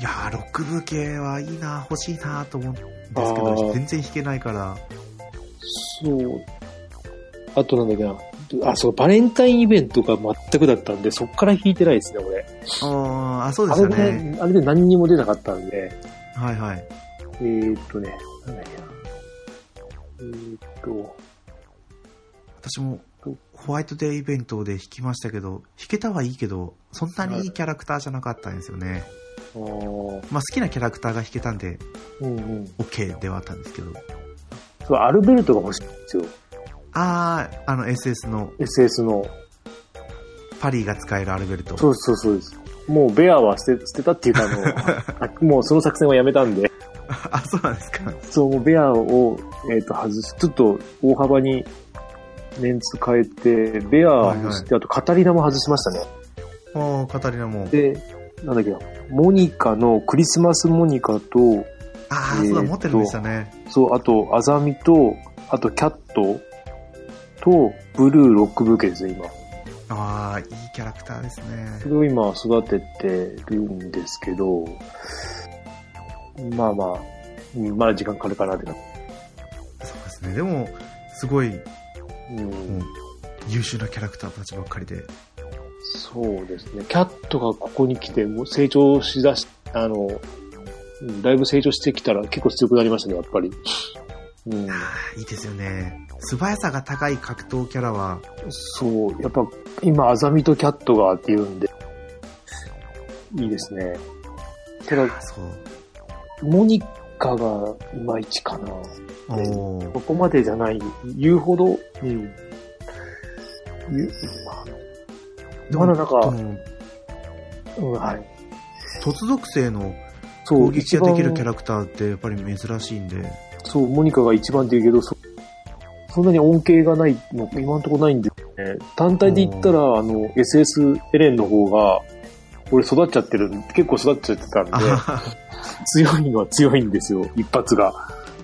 Speaker 1: いやー、ロックブーケはいいな、欲しいなと思うんですけ
Speaker 2: あ
Speaker 1: ど、
Speaker 2: ー
Speaker 1: 全然引けないから。
Speaker 2: そう。あとなんだっけな。あ、そう、バレンタインイベントが全くだったんで、そっから引いてないですね、これ。
Speaker 1: あー、あそうで
Speaker 2: あ
Speaker 1: す
Speaker 2: れ
Speaker 1: よね。
Speaker 2: で、あれで何にも出なかったんで、
Speaker 1: はいはい。
Speaker 2: えー、っとね、なんだっけな。えー、っと、
Speaker 1: 私も、ホワイトデーイベントで引きましたけど、引けたはいいけど、そんなにいいキャラクターじゃなかったんですよね。
Speaker 2: あー
Speaker 1: まあ、好きなキャラクターが引けたんで、
Speaker 2: うんうん。
Speaker 1: OK ではあったんですけど。
Speaker 2: そう、アルベルトが欲しいんですよ。
Speaker 1: あー、あの SS の
Speaker 2: SS の。
Speaker 1: パリが使えるアルベルト。
Speaker 2: そうそうそうです。もうベアは捨て、捨てたっていう か、あのあ、もうその作戦はやめたんで、
Speaker 1: あ、そうなんですか。
Speaker 2: そう、もうベアを、えーっと、外す。ちょっと大幅にメンツ変えて、ベアを外して、あとカタリナも外しましたね。
Speaker 1: おー、カタリナも。
Speaker 2: で、なんだっけな、モニカの、クリスマスモニカと、
Speaker 1: ああ、
Speaker 2: えー
Speaker 1: そうだ、
Speaker 2: っと
Speaker 1: 持ってるんでしたね。
Speaker 2: そう、あと、アザミと、あと、キャットと、ブルーロックブーケですね、今。
Speaker 1: ああ、いいキャラクターですね
Speaker 2: そ。れを今育ててるんですけど、まあまあ、うんまだ時間かかるかなってな。
Speaker 1: そうですね。でも、すごい、も
Speaker 2: うん
Speaker 1: う、優秀なキャラクターたちばっかりで。
Speaker 2: そうですね。キャットがここに来て、もう成長しだし、あの、うんだいぶ成長してきたら結構強くなりましたね、やっぱり。うん、
Speaker 1: あーいいですよね。素早さが高い格闘キャラは、
Speaker 2: そう、やっぱ今、アザミとキャットがっていうんで、いいですね。ただ、
Speaker 1: あそう。
Speaker 2: モニカがいまいちかな。
Speaker 1: おー
Speaker 2: ここまでじゃない、言うほど、うん。言う
Speaker 1: でも
Speaker 2: まだなんか
Speaker 1: でも
Speaker 2: うん、はい。
Speaker 1: 突属性の
Speaker 2: そ
Speaker 1: 攻
Speaker 2: う、
Speaker 1: 撃ができるキャ
Speaker 2: ラ。
Speaker 1: ラクターってやっぱり珍しいんで。
Speaker 2: そう、モニカが一番って言うけど、そそんなに恩恵がないの、今んとこないんですよね。単体で言ったら、あの、SS エレンの方が、俺育っちゃってる、結構育っちゃってたんで、
Speaker 1: あはは
Speaker 2: 強いのは強いんですよ、一発が。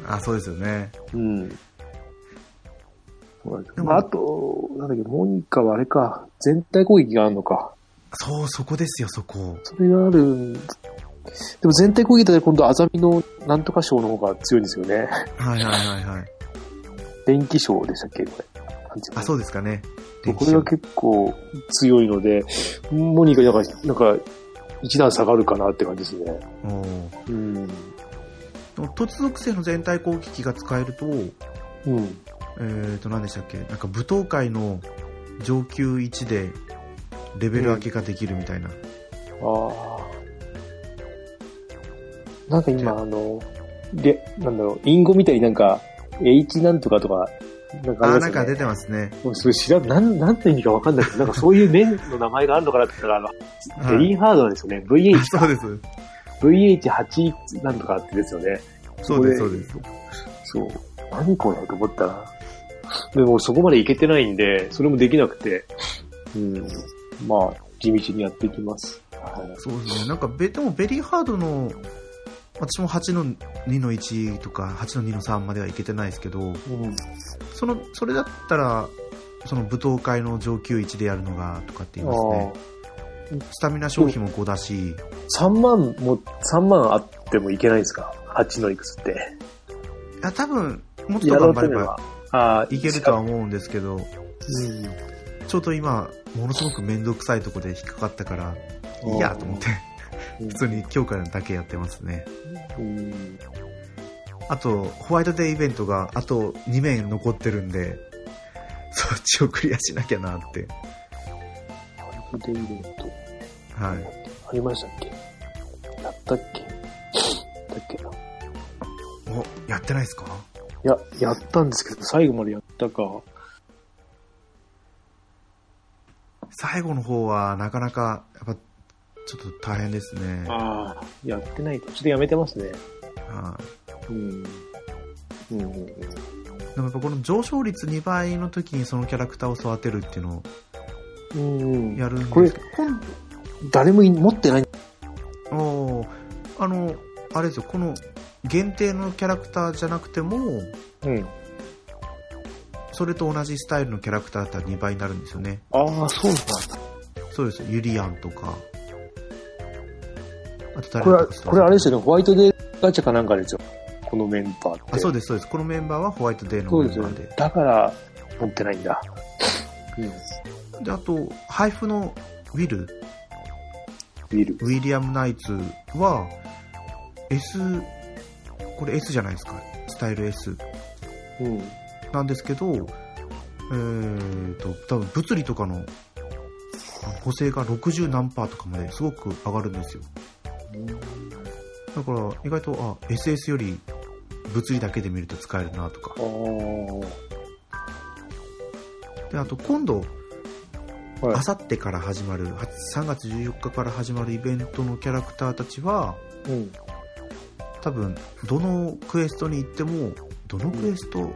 Speaker 1: あ、そうですよね。
Speaker 2: うん。そうなんです
Speaker 1: でも
Speaker 2: まあ、あと、なんだっけ、モニカはあれか、全体攻撃があるのか。
Speaker 1: そう、そこですよ、そこ。
Speaker 2: それがあるんでも全体攻撃だと今度アザミのなんとか賞の方が強いんですよね。
Speaker 1: はいはいはいはい。
Speaker 2: 電気賞でしたっけこれ。
Speaker 1: あ、そうですかね。
Speaker 2: これが結構強いので、モニカなんか、なんか、一段下がるかなって感じですね。
Speaker 1: おー
Speaker 2: うん。
Speaker 1: でも突属性の全体攻撃が使えると、
Speaker 2: うん。
Speaker 1: えーと、何でしたっけなんか舞踏会の上級1でレベル上げができるみたいな。
Speaker 2: ああ。なんか今、あの、で、なんだろう、インゴみたいになんか、H なんとかとか、なんか
Speaker 1: あ
Speaker 2: あ
Speaker 1: ー、な
Speaker 2: り
Speaker 1: ん
Speaker 2: ます
Speaker 1: か
Speaker 2: よ
Speaker 1: 出
Speaker 2: ね。
Speaker 1: てますね。
Speaker 2: もうそれ知らん、なん、なんて意味かわかんないけど、なんかそういう面の名前があるのかなって言ったら、あの、
Speaker 1: は
Speaker 2: レ
Speaker 1: い
Speaker 2: インハードなんですよね。
Speaker 1: あ
Speaker 2: VH、
Speaker 1: そうです。
Speaker 2: VH8 なんとかってですよね。
Speaker 1: そうです、そうです。
Speaker 2: そう。何これと思ったら。でもそこまでいけてないんで、それもできなくて、うん。まあ、地道にやっていきます。は
Speaker 1: そうですね。なんかベ、でもベリーハードの、私も8の2の1とか8の2の3まではいけてないですけど、
Speaker 2: い。うん。
Speaker 1: その、それだったら、その舞踏会の上級1でやるのがとかって言いますね。スタミナ消費も5だし、
Speaker 2: 3万も、3万あってもいけないですか ?8 のいくつって。
Speaker 1: あ多分、もっと頑張れば
Speaker 2: ば。ああ、
Speaker 1: いけるとは思うんですけど、
Speaker 2: うん。
Speaker 1: ちょうど今、ものすごく面倒くさいとこで引っかかったから、いいやと思って、
Speaker 2: うん。
Speaker 1: 普通に今日からだけやってますね。
Speaker 2: うん。
Speaker 1: あと、ホワイトデーイベントがあと2面残ってるんで、そっちをクリアしなきゃなって。
Speaker 2: ホワイトデーイベント。
Speaker 1: はい。
Speaker 2: ありましたっけやったっけだっけな。い
Speaker 1: お、やってないですか
Speaker 2: や、やったんですけど、最後までやったか。
Speaker 1: 最後の方はなかなか、やっぱ、ちょっと大変ですね。は
Speaker 2: ああ、やってない。途中でやめてますね。
Speaker 1: い。
Speaker 2: うん。うんうんうん。
Speaker 1: でもやっぱこの上昇率2倍の時にそのキャラクターを育てるっていうのを
Speaker 2: うんうん、
Speaker 1: やるんです
Speaker 2: これ
Speaker 1: けど、今
Speaker 2: 誰もい持ってない。
Speaker 1: おーあのあれですよこの限定のキャラクターじゃなくても
Speaker 2: うん。
Speaker 1: それと同じスタイルのキャラクターだったら2倍になるんですよね
Speaker 2: ああ、そうなんだ。
Speaker 1: そうですユリアンとかあと誰
Speaker 2: これ
Speaker 1: だ
Speaker 2: は、
Speaker 1: ったか
Speaker 2: これあれですよね、ホワイトデーガチャかなんかですよ。このメンバーって。
Speaker 1: あそう
Speaker 2: で
Speaker 1: ですそうですこのメンバーはホワイトデーの
Speaker 2: そう
Speaker 1: メ
Speaker 2: で
Speaker 1: ン
Speaker 2: す
Speaker 1: バ
Speaker 2: よ
Speaker 1: ーで
Speaker 2: ね。だから、持ってないんだ。うん。
Speaker 1: であと配布のウィル
Speaker 2: ビール。
Speaker 1: ウィリアム・ナイツは S これ S じゃないですかスタイル S
Speaker 2: うん。
Speaker 1: なんですけど、えー、と、多分物理とかのあの補正が60何パーとかまですごく上がるんですよ。だから意外と、あ、SS より物理だけで見ると使えるなとか。
Speaker 2: あ
Speaker 1: で、あと今度、
Speaker 2: あ。は
Speaker 1: あ
Speaker 2: い。
Speaker 1: さってから始まる、は3月14日から始まるイベントのキャラクターたちは、
Speaker 2: うん。
Speaker 1: 多分、どのクエストに行っても、どのクエスト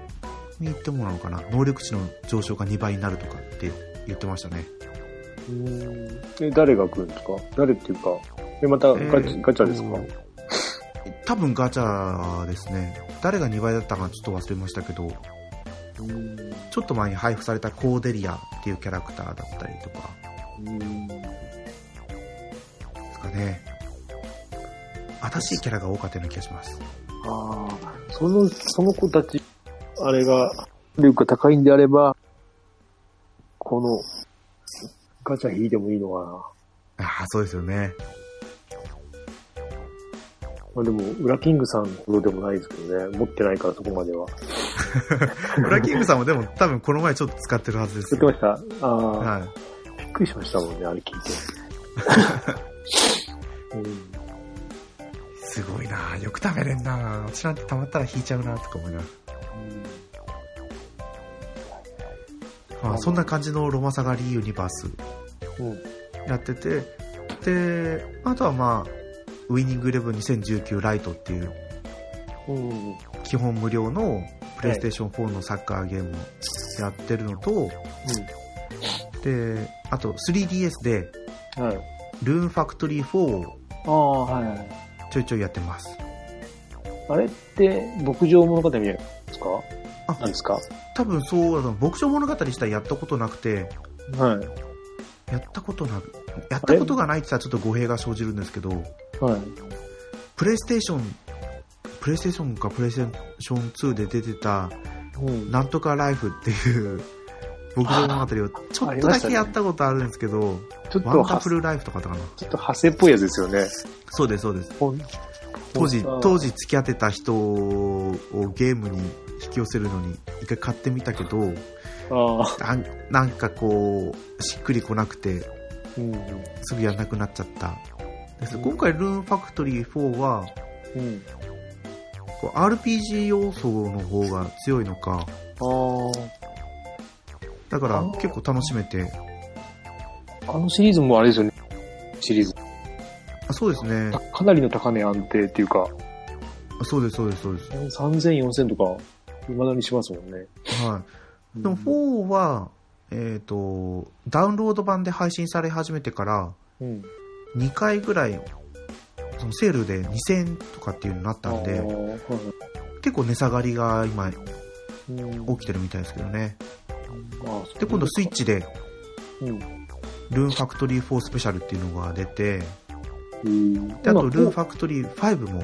Speaker 1: に行ってもなのかな、能力値の上昇が2倍になるとかって言ってましたね。
Speaker 2: うんえ、誰が来るんですか誰っていうか、え、またガチ,、ガチャですか
Speaker 1: 多分ガチャですね。誰が2倍だったかちょっと忘れましたけど、
Speaker 2: うん
Speaker 1: ちょっと前に配布されたコーデリアっていうキャラクターだったりとか
Speaker 2: うん
Speaker 1: ですかね新しいキャラが多かったような気がします
Speaker 2: ああ、その、その子たち、あれが、力が高いんであれば、この、ガチャ引いてもいいのか
Speaker 1: ああそうですよね
Speaker 2: な。まあでも、裏キングさんほどでもないですけどね。持ってないからそこまでは。
Speaker 1: ブラキングさんもでも多分この前ちょっと使ってるはずです
Speaker 2: 言って
Speaker 1: よ
Speaker 2: ましたああ、
Speaker 1: はい
Speaker 2: びっくりしましたもんね、あれ 聞いて。うん、
Speaker 1: すごいなよく食べれんな私なんてたまったら引いちゃうなとか思いながら、まあ、そんな感じのロマサガリーユニバース
Speaker 2: うん。
Speaker 1: やっててであとはまあウィニングイレブン2019ライトっていう
Speaker 2: うん。うん。
Speaker 1: 基本無料のプレイステーション4のサッカーゲームをやってるのと、であと 3DS で
Speaker 2: はい。
Speaker 1: ルーンファクトリー4を
Speaker 2: ああ、はい。
Speaker 1: ちょいちょいやってます
Speaker 2: あれって、牧場物語みたいなんですか
Speaker 1: あ
Speaker 2: なんですか
Speaker 1: 多分そうだと牧場物語自体やったことなくて
Speaker 2: はい。
Speaker 1: やったことなやったことがないって言ったらちょっと語弊が生じるんですけど
Speaker 2: はい。
Speaker 1: プレイステーションプレイステーションかプレイステーション2で出てた
Speaker 2: うん。
Speaker 1: なんとかライフっていう牧場物語をちょっとだけやったことあるんですけど、
Speaker 2: ちょ
Speaker 1: ワン
Speaker 2: っと
Speaker 1: ダ
Speaker 2: は、
Speaker 1: フ
Speaker 2: ちょっ
Speaker 1: ルライフとかだったかな。
Speaker 2: と派生っぽいやつですよね。
Speaker 1: そうです、そうです。当時、当時付き合ってた人をゲームに引き寄せるのに一回買ってみたけど、
Speaker 2: ああ。
Speaker 1: あんなんかこう、しっくりこなくて、
Speaker 2: うん。
Speaker 1: すぐやんなくなっちゃった。です
Speaker 2: うん
Speaker 1: 今回、ルーンファクトリー4は、
Speaker 2: うん。
Speaker 1: こう RPG 要素の方が強いのか、
Speaker 2: あ
Speaker 1: だから
Speaker 2: あ
Speaker 1: 結構楽しめて、
Speaker 2: あ。あのシリーズもあれですよね。シリーズ。
Speaker 1: あそうですね
Speaker 2: か、かなりの高値安定っていうか、
Speaker 1: あそうです、そうです、そうです。
Speaker 2: 3000、4000とか、未だにしますもんね。
Speaker 1: はい。
Speaker 2: うん
Speaker 1: でも4は、えっ、と、ダウンロード版で配信され始めてから、
Speaker 2: うん。
Speaker 1: 2回ぐらい、そのセールで2000円とかっていうのになったん
Speaker 2: あ
Speaker 1: で、
Speaker 2: ーはい
Speaker 1: 結構値下がりが今起
Speaker 2: うん
Speaker 1: きてるみたいですけどね。
Speaker 2: あ
Speaker 1: で、今度スイッ。チで、
Speaker 2: そううん。
Speaker 1: ルーンファクトリー4スペシャルっていうのが出て、
Speaker 2: うん
Speaker 1: で、あと、ルーン
Speaker 2: フ
Speaker 1: ファクトリー5も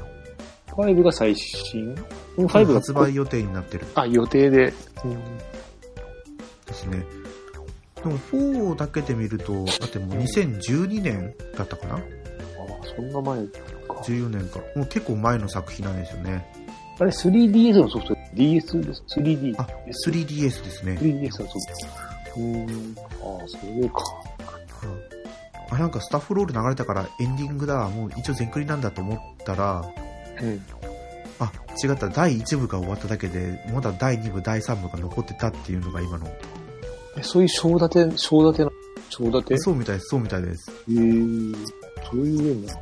Speaker 2: ァイブが最新ファイブが
Speaker 1: 発売予定になってる
Speaker 2: あ、予定で。
Speaker 1: ですね。でも4だけで見ると、だってもう2012年だったかな
Speaker 2: あ、そんな前か。
Speaker 1: ?14 年か。もう結構前の作品なんですよね。
Speaker 2: あれ、3DS のソフト ?DS です。3D。
Speaker 1: あ、3DS ですね。
Speaker 2: 3DS のソフト。うん。ああ、それか。
Speaker 1: あなんかスタッフロール流れたからエンディングだもう一応全クリなんだと思ったら
Speaker 2: うん。
Speaker 1: あ違った第1部が終わっただけでまだ第2部第3部が残ってたっていうのが今の
Speaker 2: え、そういう小立て、小立てな、小立て
Speaker 1: そうみたいですそうみたいです
Speaker 2: えー、そういうゲームなの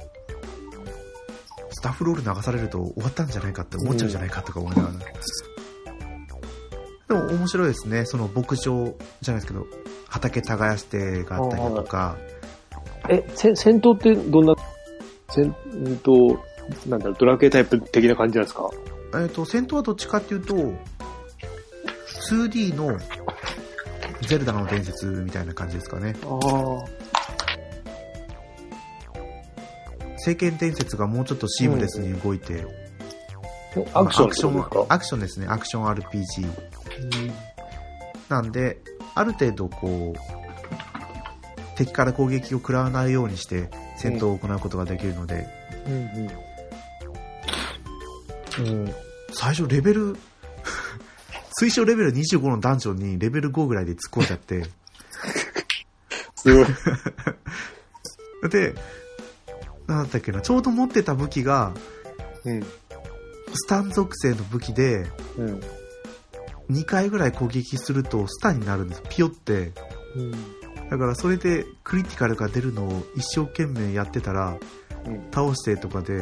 Speaker 1: スタッフロール流されると終わったんじゃないかって思っちゃうんじゃないかとか思いながら、でも面白いですねその牧場じゃないですけど畑耕してがあったりだとか
Speaker 2: え、せ戦闘ってどんな、戦、うんと、なんだろう、ドラクエタイプ的な感じなんですか
Speaker 1: えっ、と戦闘はどっちかっていうと 2D のゼルダの伝説みたいな感じですかね
Speaker 2: ああ。
Speaker 1: 聖剣伝説がもうちょっとシームレスに動いて、
Speaker 2: アクション
Speaker 1: アクション
Speaker 2: ってこと
Speaker 1: アクションですね、アクション RPG。
Speaker 2: ですか
Speaker 1: なんで、ある程度こう、敵から攻撃を食らわないようにして戦闘を行うことができるので、
Speaker 2: うん。うん
Speaker 1: もう最初レベル、 推奨レベル25のダンジョンにレベル5ぐらいで突っ込んじゃって、
Speaker 2: すごい。
Speaker 1: で、なんだったっけな、ちょうど持ってた武器が、
Speaker 2: うん。
Speaker 1: スタン属性の武器で、
Speaker 2: うん。
Speaker 1: 2回ぐらい攻撃するとスタンになるんです。ピヨって。
Speaker 2: うん。
Speaker 1: だからそれでクリティカルが出るのを一生懸命やってたら
Speaker 2: うん。
Speaker 1: 倒してとかで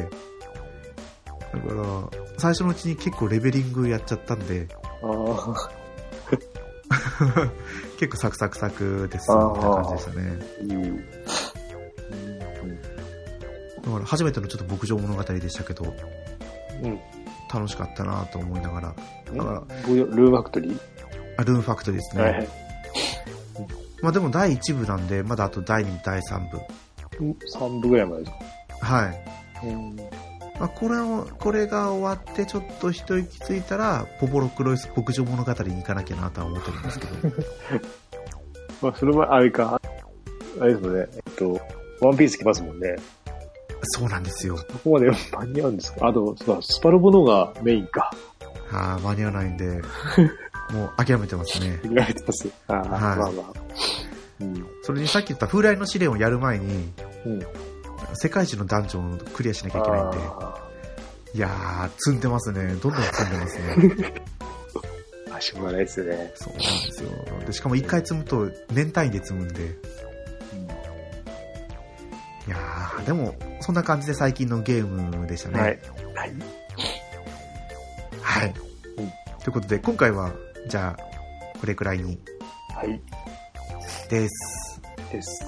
Speaker 1: だから最初のうちに結構レベリングやっちゃったんで
Speaker 2: ああ、
Speaker 1: 結構サクサクサクですみたいな感じでしたね
Speaker 2: いい。うん。
Speaker 1: だから初めてのちょっと牧場物語でしたけど
Speaker 2: うん。
Speaker 1: 楽しかったなと思いながらだから
Speaker 2: ルームファクトリー
Speaker 1: あルーンファクトリーですね。
Speaker 2: はいはい。
Speaker 1: まあでも第1部なんで、まだあと第2部、第3部。
Speaker 2: 3部ぐらいまでですか。
Speaker 1: はい。
Speaker 2: うん。
Speaker 1: まあ、これを、これが終わってちょっと一息ついたら、ポポロクロイス牧場物語に行かなきゃなとは思ってるんですけ ど。
Speaker 2: まあ、それは、あれか。あれですもんね。えっと、ワンピース来ますもんね。
Speaker 1: そうなんですよ。
Speaker 2: ここまで間に合うんですかあと、そうだスパルボのがメインか。
Speaker 1: はあ、間に合わな いんで、もう諦めてますね。
Speaker 2: 言われてます。ああ、まあまあ。うん。
Speaker 1: それにさっき言った風来の試練をやる前に、
Speaker 2: うん。
Speaker 1: 世界一のダンジョンをクリアしなきゃいけないんで、
Speaker 2: あ
Speaker 1: いやー、積んでますね。どんどん積んでます ね。
Speaker 2: あ、しょうがないですね。
Speaker 1: そうなんですよ。で、しかも一回積むと年単位で積むんで、いやー、でも、そんな感じで最近のゲームでしたね。
Speaker 2: はい。はい。
Speaker 1: はい。
Speaker 2: うん
Speaker 1: ということで、今回は、じゃあ、これくらいに
Speaker 2: はい。
Speaker 1: です。
Speaker 2: です。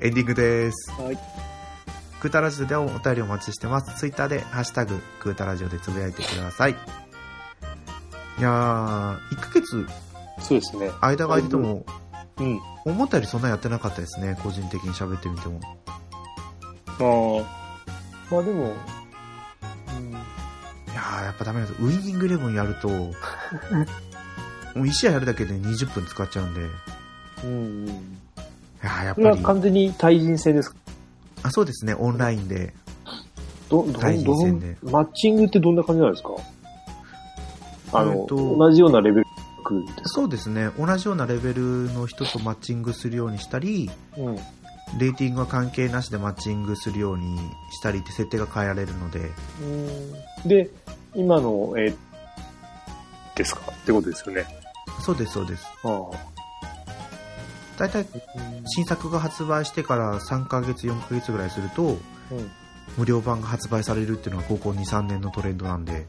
Speaker 1: エンディングです。
Speaker 2: はい。
Speaker 1: クータラジオではお便りお待ちしてます。ツイッターで、ハッシュタグ、クータラジオでつぶやいてください。いやー、1ヶ月
Speaker 2: そうですね。
Speaker 1: 間が空いてても、
Speaker 2: うん。
Speaker 1: 思ったよりそんなやってなかったですね。個人的に喋ってみても。
Speaker 2: ああ。まあでも、う
Speaker 1: い
Speaker 2: ん。
Speaker 1: やー、やっぱダメなんですよ。ウィニングイレブンやる と、もう1試合やるだけで20分使っちゃうんで、い
Speaker 2: うん、うん。
Speaker 1: やーやっ
Speaker 2: これは
Speaker 1: ぱり、
Speaker 2: 完全に対人戦ですか
Speaker 1: あ、そうですね、オンラインで。
Speaker 2: ど、ど、ど
Speaker 1: 対人戦で
Speaker 2: マッチングってどんな感じなんですかあ
Speaker 1: え
Speaker 2: の、
Speaker 1: っと
Speaker 2: 同じようなレベルです
Speaker 1: そうですね、同じようなレベルの人とマッチングするようにしたり、
Speaker 2: かうん。
Speaker 1: レーティングは関係なしでマッチングするようにしたりって設定が変えられるので、
Speaker 2: で、今の、えーですかってことですよね。
Speaker 1: そうです、そうです。
Speaker 2: あ
Speaker 1: 大体、新作が発売してから3ヶ月、4ヶ月ぐらいすると、無料版が発売されるっていうのが高校2、3年のトレンドなんで、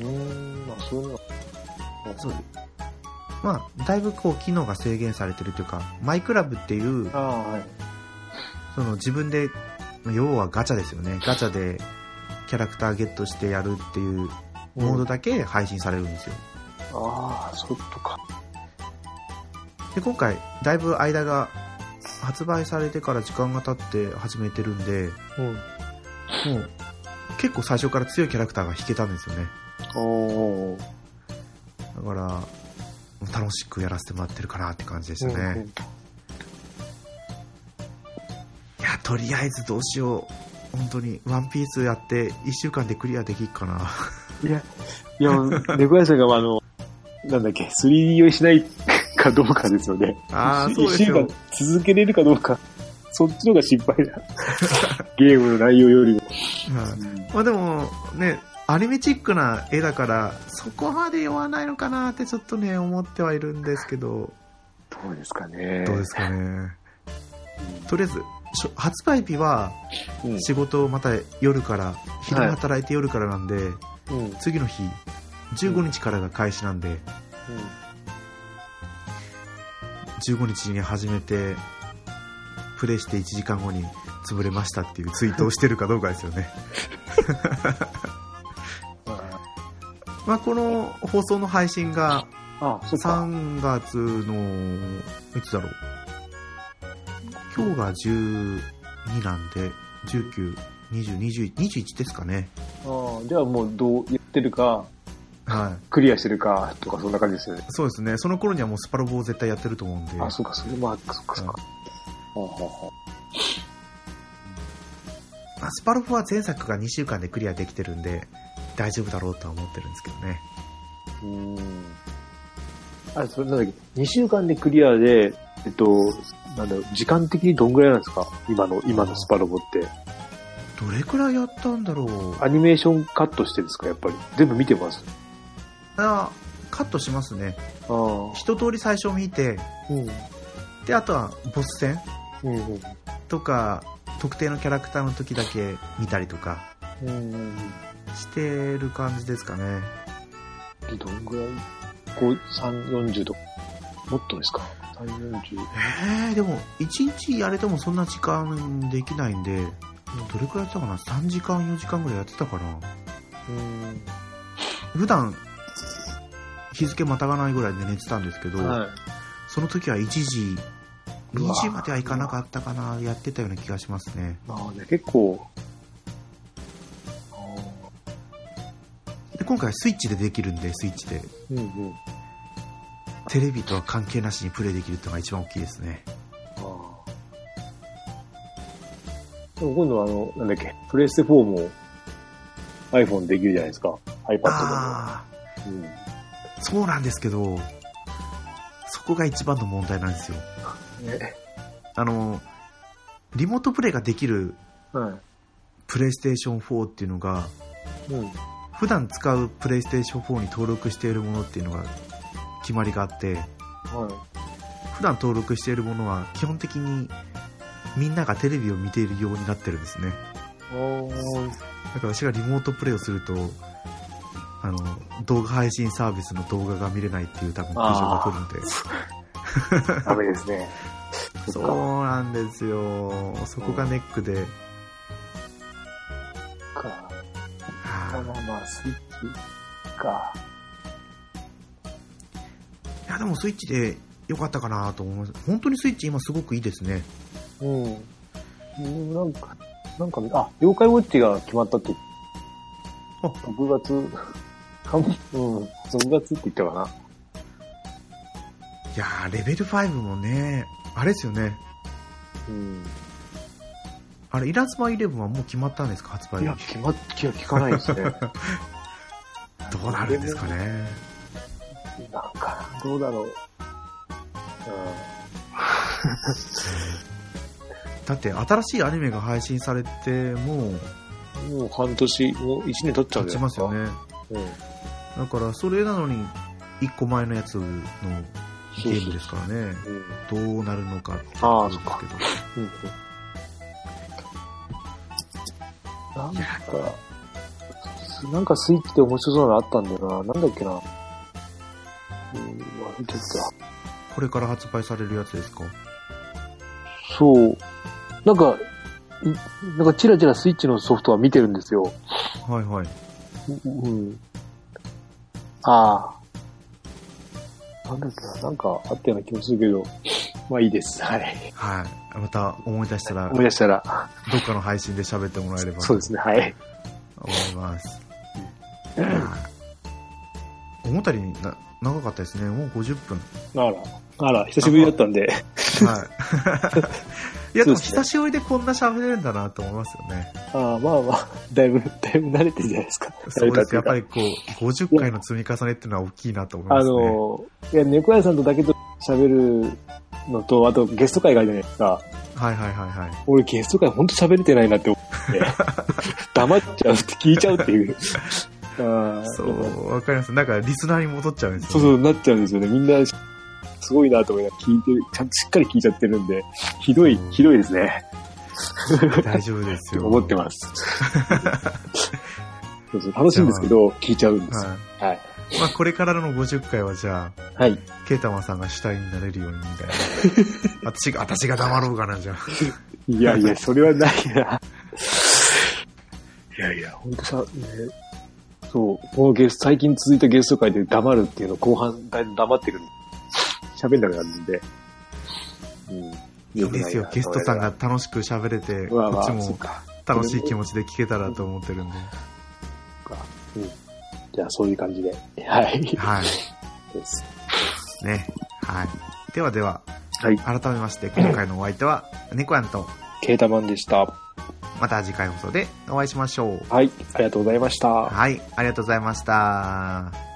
Speaker 2: うん。うん。まあ、そういうの
Speaker 1: そうまあ、だいぶこう、機能が制限されてるというか、マイクラブっていう
Speaker 2: あ、あ、はい。
Speaker 1: その自分で、まあ要はガチャですよね。ガチャでキャラクターゲットしてやるっていうモードだけ配信されるんですよ。
Speaker 2: ああ、そういうことか。
Speaker 1: で、今回、だいぶ間が、発売されてから時間が経って始めてるんで、
Speaker 2: うん。
Speaker 1: もう、結構最初から強いキャラクターが引けたんですよね。
Speaker 2: おー。
Speaker 1: だから、楽しくやらせてもらってるかなって感じでしたね。いや、とりあえずどうしよう。本当に、ワンピースやって1週間でクリアできっか な。
Speaker 2: いや、いや、猫屋さんが、あの、なんだっけ、3D 用意しないかどうかですよね。
Speaker 1: あー
Speaker 2: 一
Speaker 1: そうですよ
Speaker 2: 一週間続けれるかどうか。そっちの方が心 配だ。ゲームの内容よりも。
Speaker 1: はいまあでも、ね、アニメチックな絵だから、そこまで弱ないのかなってちょっとね、思ってはいるんですけど、
Speaker 2: どうですかね。
Speaker 1: どうですかね。とりあえず、しょ発売日は
Speaker 2: うん
Speaker 1: 仕事をまた夜から、昼間働いて夜からなんで、
Speaker 2: うん。うん
Speaker 1: 次の日、15日からが開始なんで、15日に始めて、プレイして1時間後に潰れましたっていうツイートをしてるかどうかですよね。まあこの放送の配信が
Speaker 2: あ、そっか。
Speaker 1: 3月の、いつだろう。今日が12なんで、19、20、21、21ですかね。
Speaker 2: ああじゃあもうどう言ってるか、
Speaker 1: はい。
Speaker 2: クリアしてるかとかそんな感じですよね。
Speaker 1: そうですね。その頃にはもうスパロボを絶対やってると思うんで。
Speaker 2: あ、そうか、それもあ、そっか、そっか。ほうほうほう
Speaker 1: まあスパロボは前作が2週間でクリアできてるんで、大丈夫だろうとは思ってるんですけどね。
Speaker 2: うーん。あ、それなんだっけ、2週間でクリアで、えっと、なんだろう、時間的にどんぐらいなんですか今の、今のスパロボって。
Speaker 1: どれくらいやったんだろう。
Speaker 2: アニメーションカットしてですかやっぱり。全部見てます。
Speaker 1: あカットしますね。
Speaker 2: ああ。
Speaker 1: 一通り最初見て、
Speaker 2: うん。
Speaker 1: で、あとはボス戦
Speaker 2: うん。
Speaker 1: とか、特定のキャラクターの時だけ見たりとか
Speaker 2: うん。
Speaker 1: してる感じですかね。
Speaker 2: ってどんぐらい ?5、3、40とか。もっとですか ?3、40。
Speaker 1: えー、でも、1日やれてもそんな時間できないんで、どれくらいやってたかな ?3 時間、4時間ぐらいやってたかな
Speaker 2: うん。
Speaker 1: 普段、日付またがないぐらいで寝てたんですけど、
Speaker 2: はい。
Speaker 1: その時は1時、
Speaker 2: う
Speaker 1: 2
Speaker 2: わ
Speaker 1: 時まではいかなかったかな、やってたような気がしますね。
Speaker 2: ああ、じゃあ結構。ああ
Speaker 1: で、今回はスイッチでできるんで、スイッチで。
Speaker 2: うんうん。
Speaker 1: テレビとは関係なしにプレイできるってのが一番大きいですね。
Speaker 2: ああ。でも今度はあの、なんだっけ、プレイステ4も iPhone できるじゃないですか。iPad
Speaker 1: あ
Speaker 2: でも。うん。
Speaker 1: あ、そうなんですけど、そこが一番の問題なんですよ。
Speaker 2: ね。
Speaker 1: あの、リモートプレイができる
Speaker 2: は
Speaker 1: プレイステーション4っていうのが、
Speaker 2: い。うん。
Speaker 1: 普段使うプレイステーション4に登録しているものっていうのが決まりがあって、
Speaker 2: は
Speaker 1: 普段登録しているものは基本的にみんながテレビを見ているようになってるんですね。
Speaker 2: い。おー。
Speaker 1: だから私がリモートプレイをすると、あの、動画配信サービスの動画が見れないっていう多分苦情が来るんで。
Speaker 2: ダメですね。
Speaker 1: そ
Speaker 2: そうっか。
Speaker 1: なんですよ。そこがネックで。
Speaker 2: そっかまあまあまあ、スイッチか。
Speaker 1: いや、でもスイッチで良かったかなと思います。本当にスイッチ今すごくいいですね。
Speaker 2: うん。なんか、なんかね、あ、妖怪ウォッチが決まったって。
Speaker 1: あ
Speaker 2: 6月、かんうん、6月って言ったかな。
Speaker 1: いやー、レベル5もね、あれですよね。
Speaker 2: うん。
Speaker 1: あれ、イラズマ11はもう決まったんですか、発売
Speaker 2: いや、決まっ、気が利かないですね。
Speaker 1: どうなるんですかね。
Speaker 2: なんか、どうだろう。
Speaker 1: だって、新しいアニメが配信されて、もう、
Speaker 2: うん。もう半年、もう1年経っちゃうん
Speaker 1: 経ち
Speaker 2: じゃない
Speaker 1: ま
Speaker 2: ですすか。
Speaker 1: よね。
Speaker 2: う
Speaker 1: だ
Speaker 2: ん。
Speaker 1: から、それなのに、1個前のやつのゲ
Speaker 2: そう
Speaker 1: ー
Speaker 2: そ
Speaker 1: ム
Speaker 2: う
Speaker 1: ですからね。
Speaker 2: うん。
Speaker 1: どうなるのかっていう
Speaker 2: あー
Speaker 1: ところですけど。
Speaker 2: うんうんなんか、なんかスイッチで面白そうなのあったんだよな。なんだっけな。うん、忘れちゃっ
Speaker 1: これから発売されるやつですか
Speaker 2: た。そう。なんか、いなんかチラチラスイッチのソフトは見てるんですよ。
Speaker 1: はいはい。
Speaker 2: うんうん。ああ。なんだっけな。なんかあったような気もするけど。まあいいです。はい。
Speaker 1: はい。また思い出したら、
Speaker 2: 思い出したら。
Speaker 1: どっかの配信で喋ってもらえれば
Speaker 2: そう
Speaker 1: と
Speaker 2: ですね。はい。
Speaker 1: 思います。 思ったよりな長かったですね。もう50分。
Speaker 2: あら。あら、久しぶりだったんで。
Speaker 1: はい。いや、でも久しぶりでこんな喋れるんだなと思いますよね。
Speaker 2: ああ、まあまあ、だいぶ、だいぶ慣れてるじゃないですか。
Speaker 1: そうです。やっぱ
Speaker 2: り。
Speaker 1: りこう、50回の積み重ねっていうのは大きいなと思いま
Speaker 2: あ
Speaker 1: すね。
Speaker 2: の、いや、猫屋さんとだけと喋るのと、あとゲスト会があるじゃないですか。
Speaker 1: はいはいはいはい。
Speaker 2: 俺ゲスト会ほんと喋れてないなって思 って、黙っちゃうって聞いちゃうって いう。ああ
Speaker 1: そ
Speaker 2: やっぱ
Speaker 1: う、わかります。なんかリスナーに戻っちゃうんです
Speaker 2: そう
Speaker 1: よ、
Speaker 2: そう、なっちゃうんですよね。みんな、すごいなと思いながら聞いてる、ちゃんとしっかり聞いちゃってるんで、ひどい、ひどいですね。
Speaker 1: 大丈夫ですよ。
Speaker 2: 思って ます。そうそう楽しいんですけど、聞いちゃうんですよ。
Speaker 1: は
Speaker 2: はい。
Speaker 1: い。まあ、これからの50回はじゃあ、
Speaker 2: はい。
Speaker 1: ケイタマさんが主体になれるようにみ たいな。私が、私が黙ろうかな、じゃあ。
Speaker 2: いやい や、それはないな。いやいや、本当さ、ね、そう、このゲスト、最近続いたゲスト会で黙るっていうの後半、だいぶ黙ってるんで喋んなくなるんで。うん。
Speaker 1: いいですよ。ゲストさんが楽しく喋れて、
Speaker 2: うわ、
Speaker 1: こ
Speaker 2: ま
Speaker 1: っ
Speaker 2: あ、
Speaker 1: ち
Speaker 2: そっ
Speaker 1: も
Speaker 2: か。
Speaker 1: 楽しい気持ちで聞けたらと思ってるんで。
Speaker 2: じゃあ、そういう感じで。はい。
Speaker 1: はい。
Speaker 2: です
Speaker 1: ね。はい。ではでは、
Speaker 2: はい。
Speaker 1: 改めまして、今回のお相手は、猫やんと、
Speaker 2: ケータマンでした。
Speaker 1: また次回放送でお会いしましょう。
Speaker 2: はい。ありがとうございました。
Speaker 1: はい。ありがとうございました。